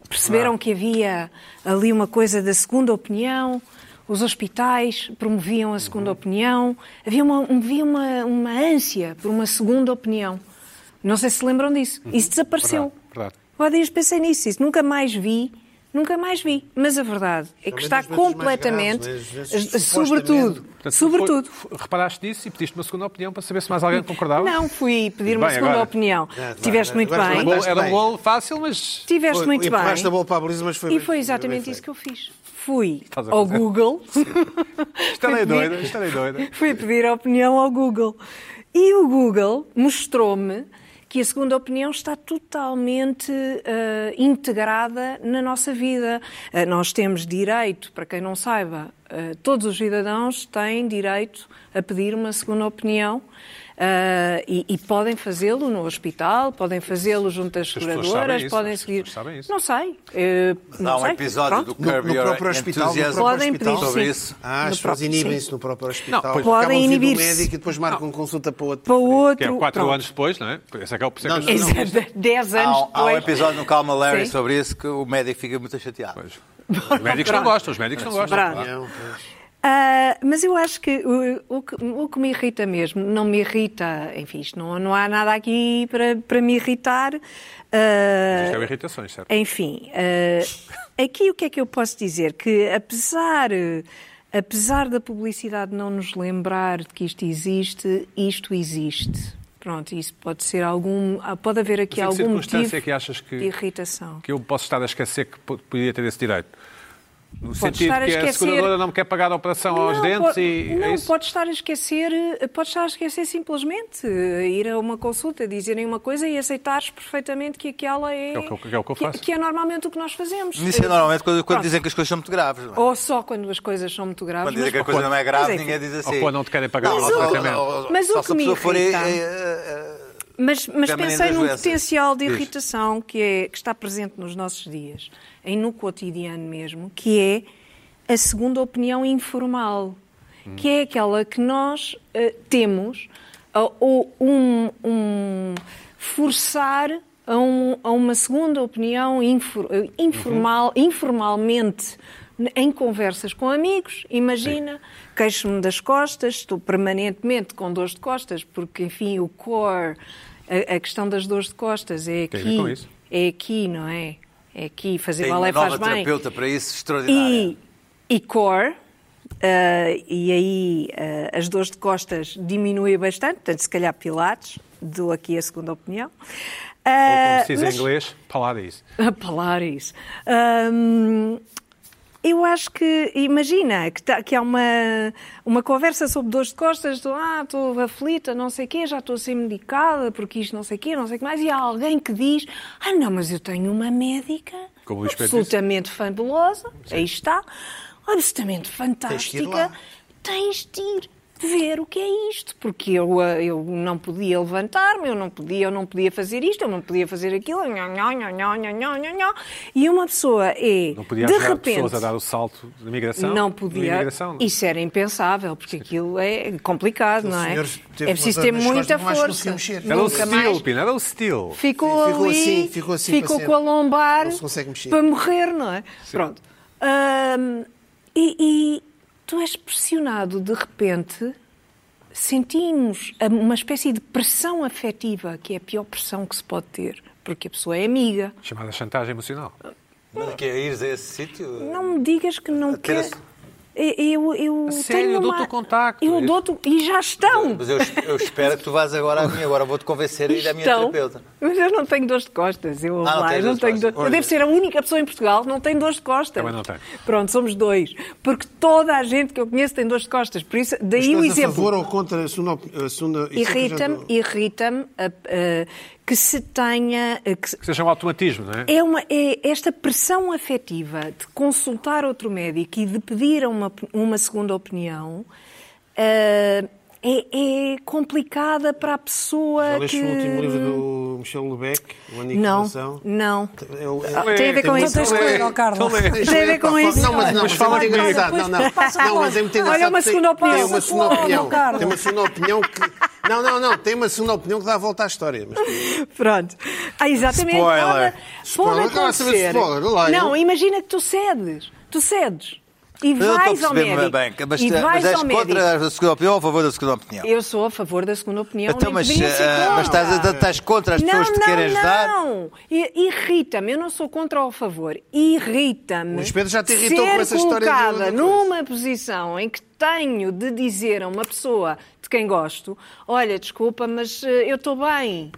Speaker 1: Ah.
Speaker 3: perceberam que havia ali uma coisa da segunda opinião, os hospitais promoviam a segunda
Speaker 1: Uhum.
Speaker 3: opinião, havia, uma, um- havia uma, uma ânsia por uma segunda opinião. Não sei se se lembram disso. Isso desapareceu.
Speaker 1: Uhum. Verdade, verdade.
Speaker 3: Eu há dias pensei nisso, isso nunca mais vi, nunca mais vi. Mas a verdade é que
Speaker 2: Também
Speaker 3: está
Speaker 2: nas doenças mais
Speaker 3: completamente,
Speaker 2: graves, né? Às vezes,
Speaker 3: sobretudo,
Speaker 1: Portanto,
Speaker 3: sobretudo,
Speaker 1: foi- reparaste disso e pediste uma segunda opinião para saber se mais alguém concordava.
Speaker 3: não fui pedir uma
Speaker 1: Bem,
Speaker 3: segunda
Speaker 1: agora.
Speaker 3: opinião.
Speaker 2: claro,
Speaker 3: Tiveste muito
Speaker 2: agora
Speaker 1: Era um
Speaker 3: bem.
Speaker 2: foi
Speaker 1: gol- Era um gol fácil, mas.
Speaker 3: Tiveste
Speaker 2: Foi-
Speaker 3: muito
Speaker 2: empurraste a
Speaker 3: bem.
Speaker 2: bola para a baliza, mas foi
Speaker 3: E
Speaker 2: bem-
Speaker 3: foi
Speaker 2: bem
Speaker 3: exatamente
Speaker 2: feito.
Speaker 3: isso que eu fiz. Fui
Speaker 1: Estás a
Speaker 3: ao
Speaker 1: fazer.
Speaker 3: Google.
Speaker 1: Estarei
Speaker 3: Fui pedir-
Speaker 1: doida, estarei doida.
Speaker 3: Fui pedir a opinião ao Google. E o Google mostrou-me que a segunda opinião está totalmente eh, integrada na nossa vida. Eh, nós temos direito, para quem não saiba, eh, todos os cidadãos têm direito a pedir uma segunda opinião. eh, e, e podem fazê-lo no hospital, podem fazê-lo junto das
Speaker 1: pessoas sabem
Speaker 3: seguradoras,
Speaker 1: isso,
Speaker 3: podem
Speaker 1: as
Speaker 3: seguir.
Speaker 1: pessoas sabem isso.
Speaker 3: Não sei. eh,
Speaker 5: Há
Speaker 3: não
Speaker 5: um
Speaker 3: sei.
Speaker 5: episódio do
Speaker 3: Pronto.
Speaker 2: No-
Speaker 5: Curb
Speaker 2: no
Speaker 5: Your
Speaker 2: próprio hospital, no
Speaker 5: Enthusiasm
Speaker 2: próprio
Speaker 3: Podem hospital. pedir,
Speaker 5: sobre
Speaker 3: sim.
Speaker 5: isso.
Speaker 2: Ah,
Speaker 3: No
Speaker 2: as pessoas
Speaker 3: próprio-
Speaker 2: inibem-se
Speaker 3: sim.
Speaker 2: no próprio hospital.
Speaker 1: Não, pois-
Speaker 2: Acabam de
Speaker 3: Podem
Speaker 2: vir do
Speaker 3: inibir-se.
Speaker 2: médico e depois marcam consulta para o outro.
Speaker 3: Para o
Speaker 1: Que é
Speaker 3: outro.
Speaker 1: quatro
Speaker 3: pronto.
Speaker 1: anos depois, não é? Esse é que é o por isso é que
Speaker 2: Não,
Speaker 1: as
Speaker 2: não,
Speaker 1: pessoas-
Speaker 2: não.
Speaker 3: Exato, 10 anos
Speaker 5: Há um, há um
Speaker 3: depois.
Speaker 5: episódio no Calma Larry
Speaker 3: Sim.
Speaker 5: sobre isso que o médico fica muito chateado.
Speaker 1: Os médicos não gostam, os médicos não gostam.
Speaker 3: Bravo.
Speaker 1: claro.
Speaker 2: Não, pois.
Speaker 3: Ah, mas eu acho que o, o que o que me irrita mesmo, não me irrita, enfim, isto não, não há nada aqui para, para me irritar. Ah,
Speaker 1: Isto é o irritações, certo?
Speaker 3: enfim, eh, aqui o que é que eu posso dizer? Que apesar, eh, apesar da publicidade não nos lembrar de que isto existe, isto existe. Pronto, isso pode ser algum. ah, Pode haver aqui
Speaker 1: Mas em que
Speaker 3: algum
Speaker 1: circunstância
Speaker 3: motivo
Speaker 1: é que achas que-
Speaker 3: de irritação.
Speaker 1: que eu posso estar a esquecer que po- poderia ter esse direito. No
Speaker 3: estar
Speaker 1: sentido
Speaker 3: a
Speaker 1: que a
Speaker 3: esquecer-
Speaker 1: seguradora não me quer pagar a operação aos
Speaker 3: Não,
Speaker 1: dentes
Speaker 3: po-
Speaker 1: e.
Speaker 3: Não,
Speaker 1: é isso?
Speaker 3: pode estar a esquecer, eh, pode estar a esquecer simplesmente, eh, ir a uma consulta, dizerem uma coisa e aceitares perfeitamente que aquela é.
Speaker 1: É o que eu- que é o que eu faço.
Speaker 3: que é normalmente o que nós fazemos.
Speaker 5: Isso é normalmente quando, quando
Speaker 3: Pronto.
Speaker 5: dizem que as coisas são muito graves. não é?
Speaker 3: Ou só quando as coisas são muito graves.
Speaker 5: Quando dizem
Speaker 3: mas-
Speaker 5: que a coisa não é grave,
Speaker 3: Mas, enfim,
Speaker 5: ninguém diz assim.
Speaker 1: Ou quando não te querem pagar
Speaker 3: Mas
Speaker 1: o
Speaker 3: o-
Speaker 1: tratamento.
Speaker 3: Mas
Speaker 5: só
Speaker 3: o
Speaker 5: se
Speaker 3: que
Speaker 5: a
Speaker 3: me
Speaker 5: pessoa for, eh,
Speaker 3: irrita-
Speaker 5: eh, eh,
Speaker 3: Mas, mas
Speaker 5: Da maneira
Speaker 3: pensei
Speaker 5: das
Speaker 3: num
Speaker 5: doenças.
Speaker 3: potencial de
Speaker 5: Diz.
Speaker 3: irritação que, é, que está presente nos nossos dias, e no cotidiano mesmo, que é a segunda opinião informal, que é aquela que nós eh, temos, ah, ou um, um forçar a, um- a uma segunda opinião infor- eh, informal, informalmente em conversas com amigos, imagina, queixo-me das costas, estou permanentemente com dores de costas, porque, enfim, o core, a, a questão das dores de costas é
Speaker 1: Tem a ver com
Speaker 3: aqui,
Speaker 1: isso.
Speaker 3: é aqui, não é? É aqui, fazer
Speaker 5: tem uma
Speaker 3: balé faz
Speaker 5: eh, nova
Speaker 3: bem.
Speaker 5: terapeuta para isso extraordinária.
Speaker 3: E, e core, ah, e aí ah, as dores de costas diminuem bastante, portanto, se calhar pilates, dou aqui a segunda opinião.
Speaker 1: Ou como
Speaker 3: Ah,
Speaker 1: se diz em
Speaker 3: mas-
Speaker 1: inglês, Palaris.
Speaker 3: a Polaris. Hum, eu acho que, imagina, que, tá- que há uma, uma conversa sobre dores de costas, estou ah, estou aflita, não sei o quê, já estou a ser medicada porque isto não sei o quê, não sei o que mais, e há alguém que diz, ah não, mas eu tenho uma médica
Speaker 1: Como o Luís Pedro
Speaker 3: absolutamente fabulosa, aí está, absolutamente
Speaker 2: ir
Speaker 3: fantástica,
Speaker 2: lá.
Speaker 3: tens de ir ver o que é isto, porque eu, ah, eu não podia levantar-me, eu não podia, eu não podia fazer isto, eu não podia fazer aquilo, nhó, nhó, nhó, nhó, nhó, nhó, nhó, nhó. e uma pessoa é,
Speaker 1: Não podia
Speaker 3: de
Speaker 1: ajudar
Speaker 3: repente,
Speaker 1: pessoas a dar o salto de imigração?
Speaker 3: não
Speaker 1: De
Speaker 3: podia,
Speaker 1: imigração, não? é?
Speaker 3: isso era impensável, porque aquilo é complicado, não é?
Speaker 2: senhor
Speaker 3: É
Speaker 2: teve
Speaker 3: preciso
Speaker 2: uma
Speaker 3: ter
Speaker 2: dor nas costas,
Speaker 3: muita
Speaker 2: não mais conseguia
Speaker 3: força.
Speaker 2: mexer.
Speaker 1: Era um
Speaker 3: Nunca mais.
Speaker 1: steel, Pina, era um steel.
Speaker 3: Ficou,
Speaker 2: Ficou
Speaker 3: ali,
Speaker 2: assim, ficou assim para sempre.
Speaker 3: com a lombar
Speaker 2: Não se consegue mexer.
Speaker 3: para morrer, não é? Pronto. Ahm, e, e tu és pressionado de repente, sentimos a- uma espécie de pressão afetiva, que é a pior pressão que se pode ter, porque a pessoa é amiga.
Speaker 1: Chamada chantagem emocional.
Speaker 5: Mas que é ires a esse sítio?
Speaker 3: Não me digas que
Speaker 2: Ah,
Speaker 3: não
Speaker 5: Ter
Speaker 3: quer.
Speaker 5: esse-
Speaker 3: Eu, eu
Speaker 1: sério,
Speaker 3: tenho
Speaker 1: eu dou-te
Speaker 3: uma-
Speaker 1: o contacto. é
Speaker 3: Eu dou-te. E já estão.
Speaker 5: Mas eu, eu espero que tu vás agora a mim, agora vou-te convencer
Speaker 2: é
Speaker 5: a ir à minha
Speaker 3: Estão.
Speaker 5: terapeuta.
Speaker 3: Então, Mas eu não tenho dores de costas. Eu,
Speaker 5: Ah, não
Speaker 3: lá, eu
Speaker 5: tens
Speaker 3: não
Speaker 5: dores de
Speaker 3: tenho
Speaker 5: costas.
Speaker 3: dores- Eu devo ser a única pessoa em Portugal que não tem dores de costas.
Speaker 1: Também não tenho.
Speaker 3: Pronto, somos dois. Porque toda a gente que eu conheço tem dores de costas. Por isso, daí o
Speaker 2: Estás a favor
Speaker 3: um exemplo.
Speaker 2: ou contra a segunda... op- A segunda isso é que eu já
Speaker 3: Irrita-me,
Speaker 2: dou-
Speaker 3: irrita-me a- a- que se tenha. a que se-
Speaker 1: Que seja um automatismo, não é?
Speaker 3: é, uma, é esta pressão afetiva de consultar outro médico e de pedir uma, uma segunda opinião eh, é, é complicada para a
Speaker 2: Já
Speaker 3: pessoa
Speaker 2: leste
Speaker 3: que...
Speaker 2: o último livro do Michel Lubeck, O
Speaker 3: Não,
Speaker 2: Aniquilação?
Speaker 3: não.
Speaker 2: É o- é-
Speaker 3: Ah, tem a ver
Speaker 2: Então
Speaker 3: com isso.
Speaker 4: tens que ler, ó, Carlos.
Speaker 1: Então lê.
Speaker 2: Deixa
Speaker 3: Tem a
Speaker 2: eu
Speaker 3: ver
Speaker 2: ir
Speaker 3: com
Speaker 2: para a
Speaker 3: isso.
Speaker 2: foto. Não, mas,
Speaker 1: Mas
Speaker 2: não, mas
Speaker 1: fala
Speaker 2: é muito
Speaker 1: comigo.
Speaker 2: engraçado. Não, não. não, mas é muito engraçado.
Speaker 3: Olha, uma
Speaker 2: Tem-
Speaker 3: segunda opinião.
Speaker 2: Tem uma segunda
Speaker 4: Passa-te
Speaker 2: opinião.
Speaker 4: logo, Carlos.
Speaker 2: Tem uma segunda opinião que... Não, não, não. Tem uma segunda opinião que dá a volta à história. Mas
Speaker 3: Pronto. Ah, exatamente. Pode,
Speaker 5: Spoiler.
Speaker 3: pode
Speaker 2: Spoiler, acaba de saber
Speaker 3: acontecer.
Speaker 2: spoiler, lá, eu-
Speaker 3: não, imagina que tu cedes. Tu cedes. E
Speaker 5: Mas eu não
Speaker 3: vais
Speaker 5: estou a
Speaker 3: ao
Speaker 5: perceber
Speaker 3: médico.
Speaker 5: bem, mas,
Speaker 3: e
Speaker 5: mas
Speaker 3: vais
Speaker 5: és
Speaker 3: ao médico.
Speaker 5: contra a segunda opinião ou a favor da segunda opinião?
Speaker 3: Eu sou a favor da segunda opinião.
Speaker 5: Então,
Speaker 3: nem
Speaker 5: mas,
Speaker 3: poderia ser
Speaker 5: ah, mas
Speaker 3: contra.
Speaker 5: estás, a- estás contra as pessoas que te
Speaker 3: não,
Speaker 5: querem ajudar?
Speaker 3: Não, I- irrita-me. Eu não sou contra ou a favor. Irrita-me.
Speaker 2: O Luís Pedro já te irritou
Speaker 3: ser
Speaker 2: com essa história do-
Speaker 3: colocada
Speaker 2: do-
Speaker 3: numa posição em que tenho de dizer a uma pessoa de quem gosto: olha, desculpa, mas eh, eu estou bem.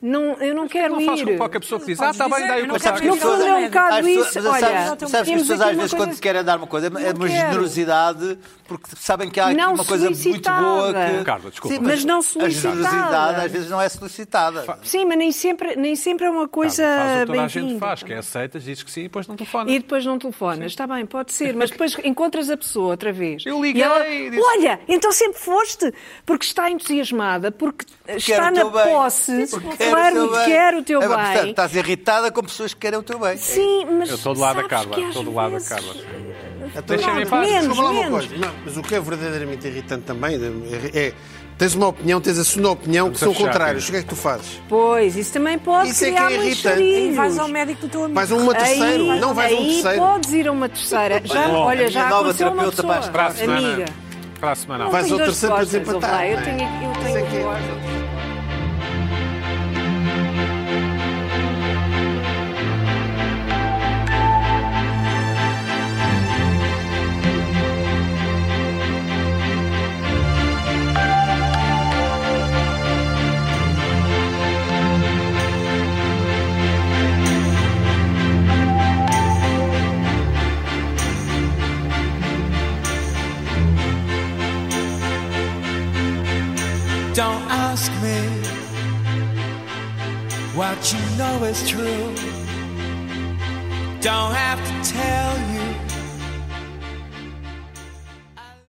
Speaker 3: Não, eu não quero
Speaker 1: Não
Speaker 3: ir.
Speaker 1: faz com qualquer pessoa que diz, ah,
Speaker 4: Podes
Speaker 5: tá
Speaker 1: está bem,
Speaker 4: dizer,
Speaker 1: dá aí
Speaker 4: eu
Speaker 1: o
Speaker 4: não quero
Speaker 1: contacto.
Speaker 4: ver
Speaker 3: No fundo é um
Speaker 5: As
Speaker 3: bocado
Speaker 5: pessoas-
Speaker 3: isso.
Speaker 5: mas
Speaker 3: Olha,
Speaker 5: sabes, sabes que as
Speaker 3: temos
Speaker 5: pessoas
Speaker 3: aqui
Speaker 5: às
Speaker 3: uma
Speaker 5: vezes
Speaker 3: coisa-
Speaker 5: quando te querem dar uma coisa é
Speaker 3: Não
Speaker 5: uma
Speaker 3: quero.
Speaker 5: generosidade porque sabem que há aqui
Speaker 3: Não
Speaker 5: uma coisa muito
Speaker 3: solicitada.
Speaker 5: boa que.
Speaker 1: Carla, desculpa.
Speaker 5: Sim,
Speaker 3: Mas não
Speaker 5: A
Speaker 3: solicitada.
Speaker 5: generosidade às vezes não é solicitada.
Speaker 3: Sim, mas nem sempre, nem sempre é uma coisa
Speaker 1: Tá, Faz o que toda
Speaker 3: bem-vinda.
Speaker 1: a gente faz, que é aceitas, dizes que sim e depois não telefona.
Speaker 3: E depois não telefonas. Está bem, pode ser, mas depois encontras a pessoa outra vez.
Speaker 1: Eu liguei,
Speaker 3: E ela,
Speaker 1: disse-
Speaker 3: Olha, então sempre foste, porque está entusiasmada, porque está
Speaker 5: o
Speaker 3: na
Speaker 5: teu bem.
Speaker 3: posse.
Speaker 5: Sim, porque
Speaker 3: Claro,
Speaker 5: teu bem.
Speaker 3: quer o teu
Speaker 5: É, mas, Portanto,
Speaker 3: bem.
Speaker 5: estás irritada com pessoas que querem o teu bem.
Speaker 3: Sim, mas.
Speaker 1: Eu estou do lado da
Speaker 3: sabes
Speaker 1: Carla,
Speaker 3: que às
Speaker 1: estou do lado da
Speaker 3: vezes-
Speaker 1: Carla.
Speaker 2: é
Speaker 1: Deixa-me em
Speaker 3: Menos,
Speaker 1: paz.
Speaker 2: Deixa-me falar uma
Speaker 3: menos.
Speaker 2: coisa. Não, mas o que é verdadeiramente irritante também é... é- Tens uma opinião, tens a segunda opinião, que
Speaker 1: Vamos a
Speaker 2: são
Speaker 1: fechar,
Speaker 2: contrários. O que
Speaker 1: Pedro.
Speaker 2: é que tu fazes?
Speaker 3: Pois, isso também pode
Speaker 2: Isso é que
Speaker 3: criar
Speaker 2: é
Speaker 3: muitos
Speaker 2: irritante.
Speaker 3: charilhos.
Speaker 4: Vais ao médico do teu amigo.
Speaker 2: Mais uma terceira.
Speaker 3: aí,
Speaker 2: Não vais a um
Speaker 3: aí
Speaker 2: terceiro.
Speaker 3: podes ir a uma terceira. Já,
Speaker 1: Bom, a
Speaker 3: olha,
Speaker 5: minha
Speaker 3: já
Speaker 5: nova
Speaker 3: aconteceu uma
Speaker 5: terapeuta
Speaker 3: pessoa.
Speaker 1: Para a é? semana.
Speaker 3: Amiga.
Speaker 1: Para a semana.
Speaker 3: Não
Speaker 2: Vais
Speaker 3: tenho
Speaker 2: ao
Speaker 3: dores
Speaker 2: terceiro para
Speaker 3: costas,
Speaker 2: desempatar,
Speaker 3: ouve
Speaker 2: não
Speaker 3: lá, Eu
Speaker 2: é?
Speaker 3: tenho, eu
Speaker 2: Isso
Speaker 3: tenho um
Speaker 2: é que é-
Speaker 3: dores.
Speaker 6: Don't ask me what you know is true. Don't have to tell.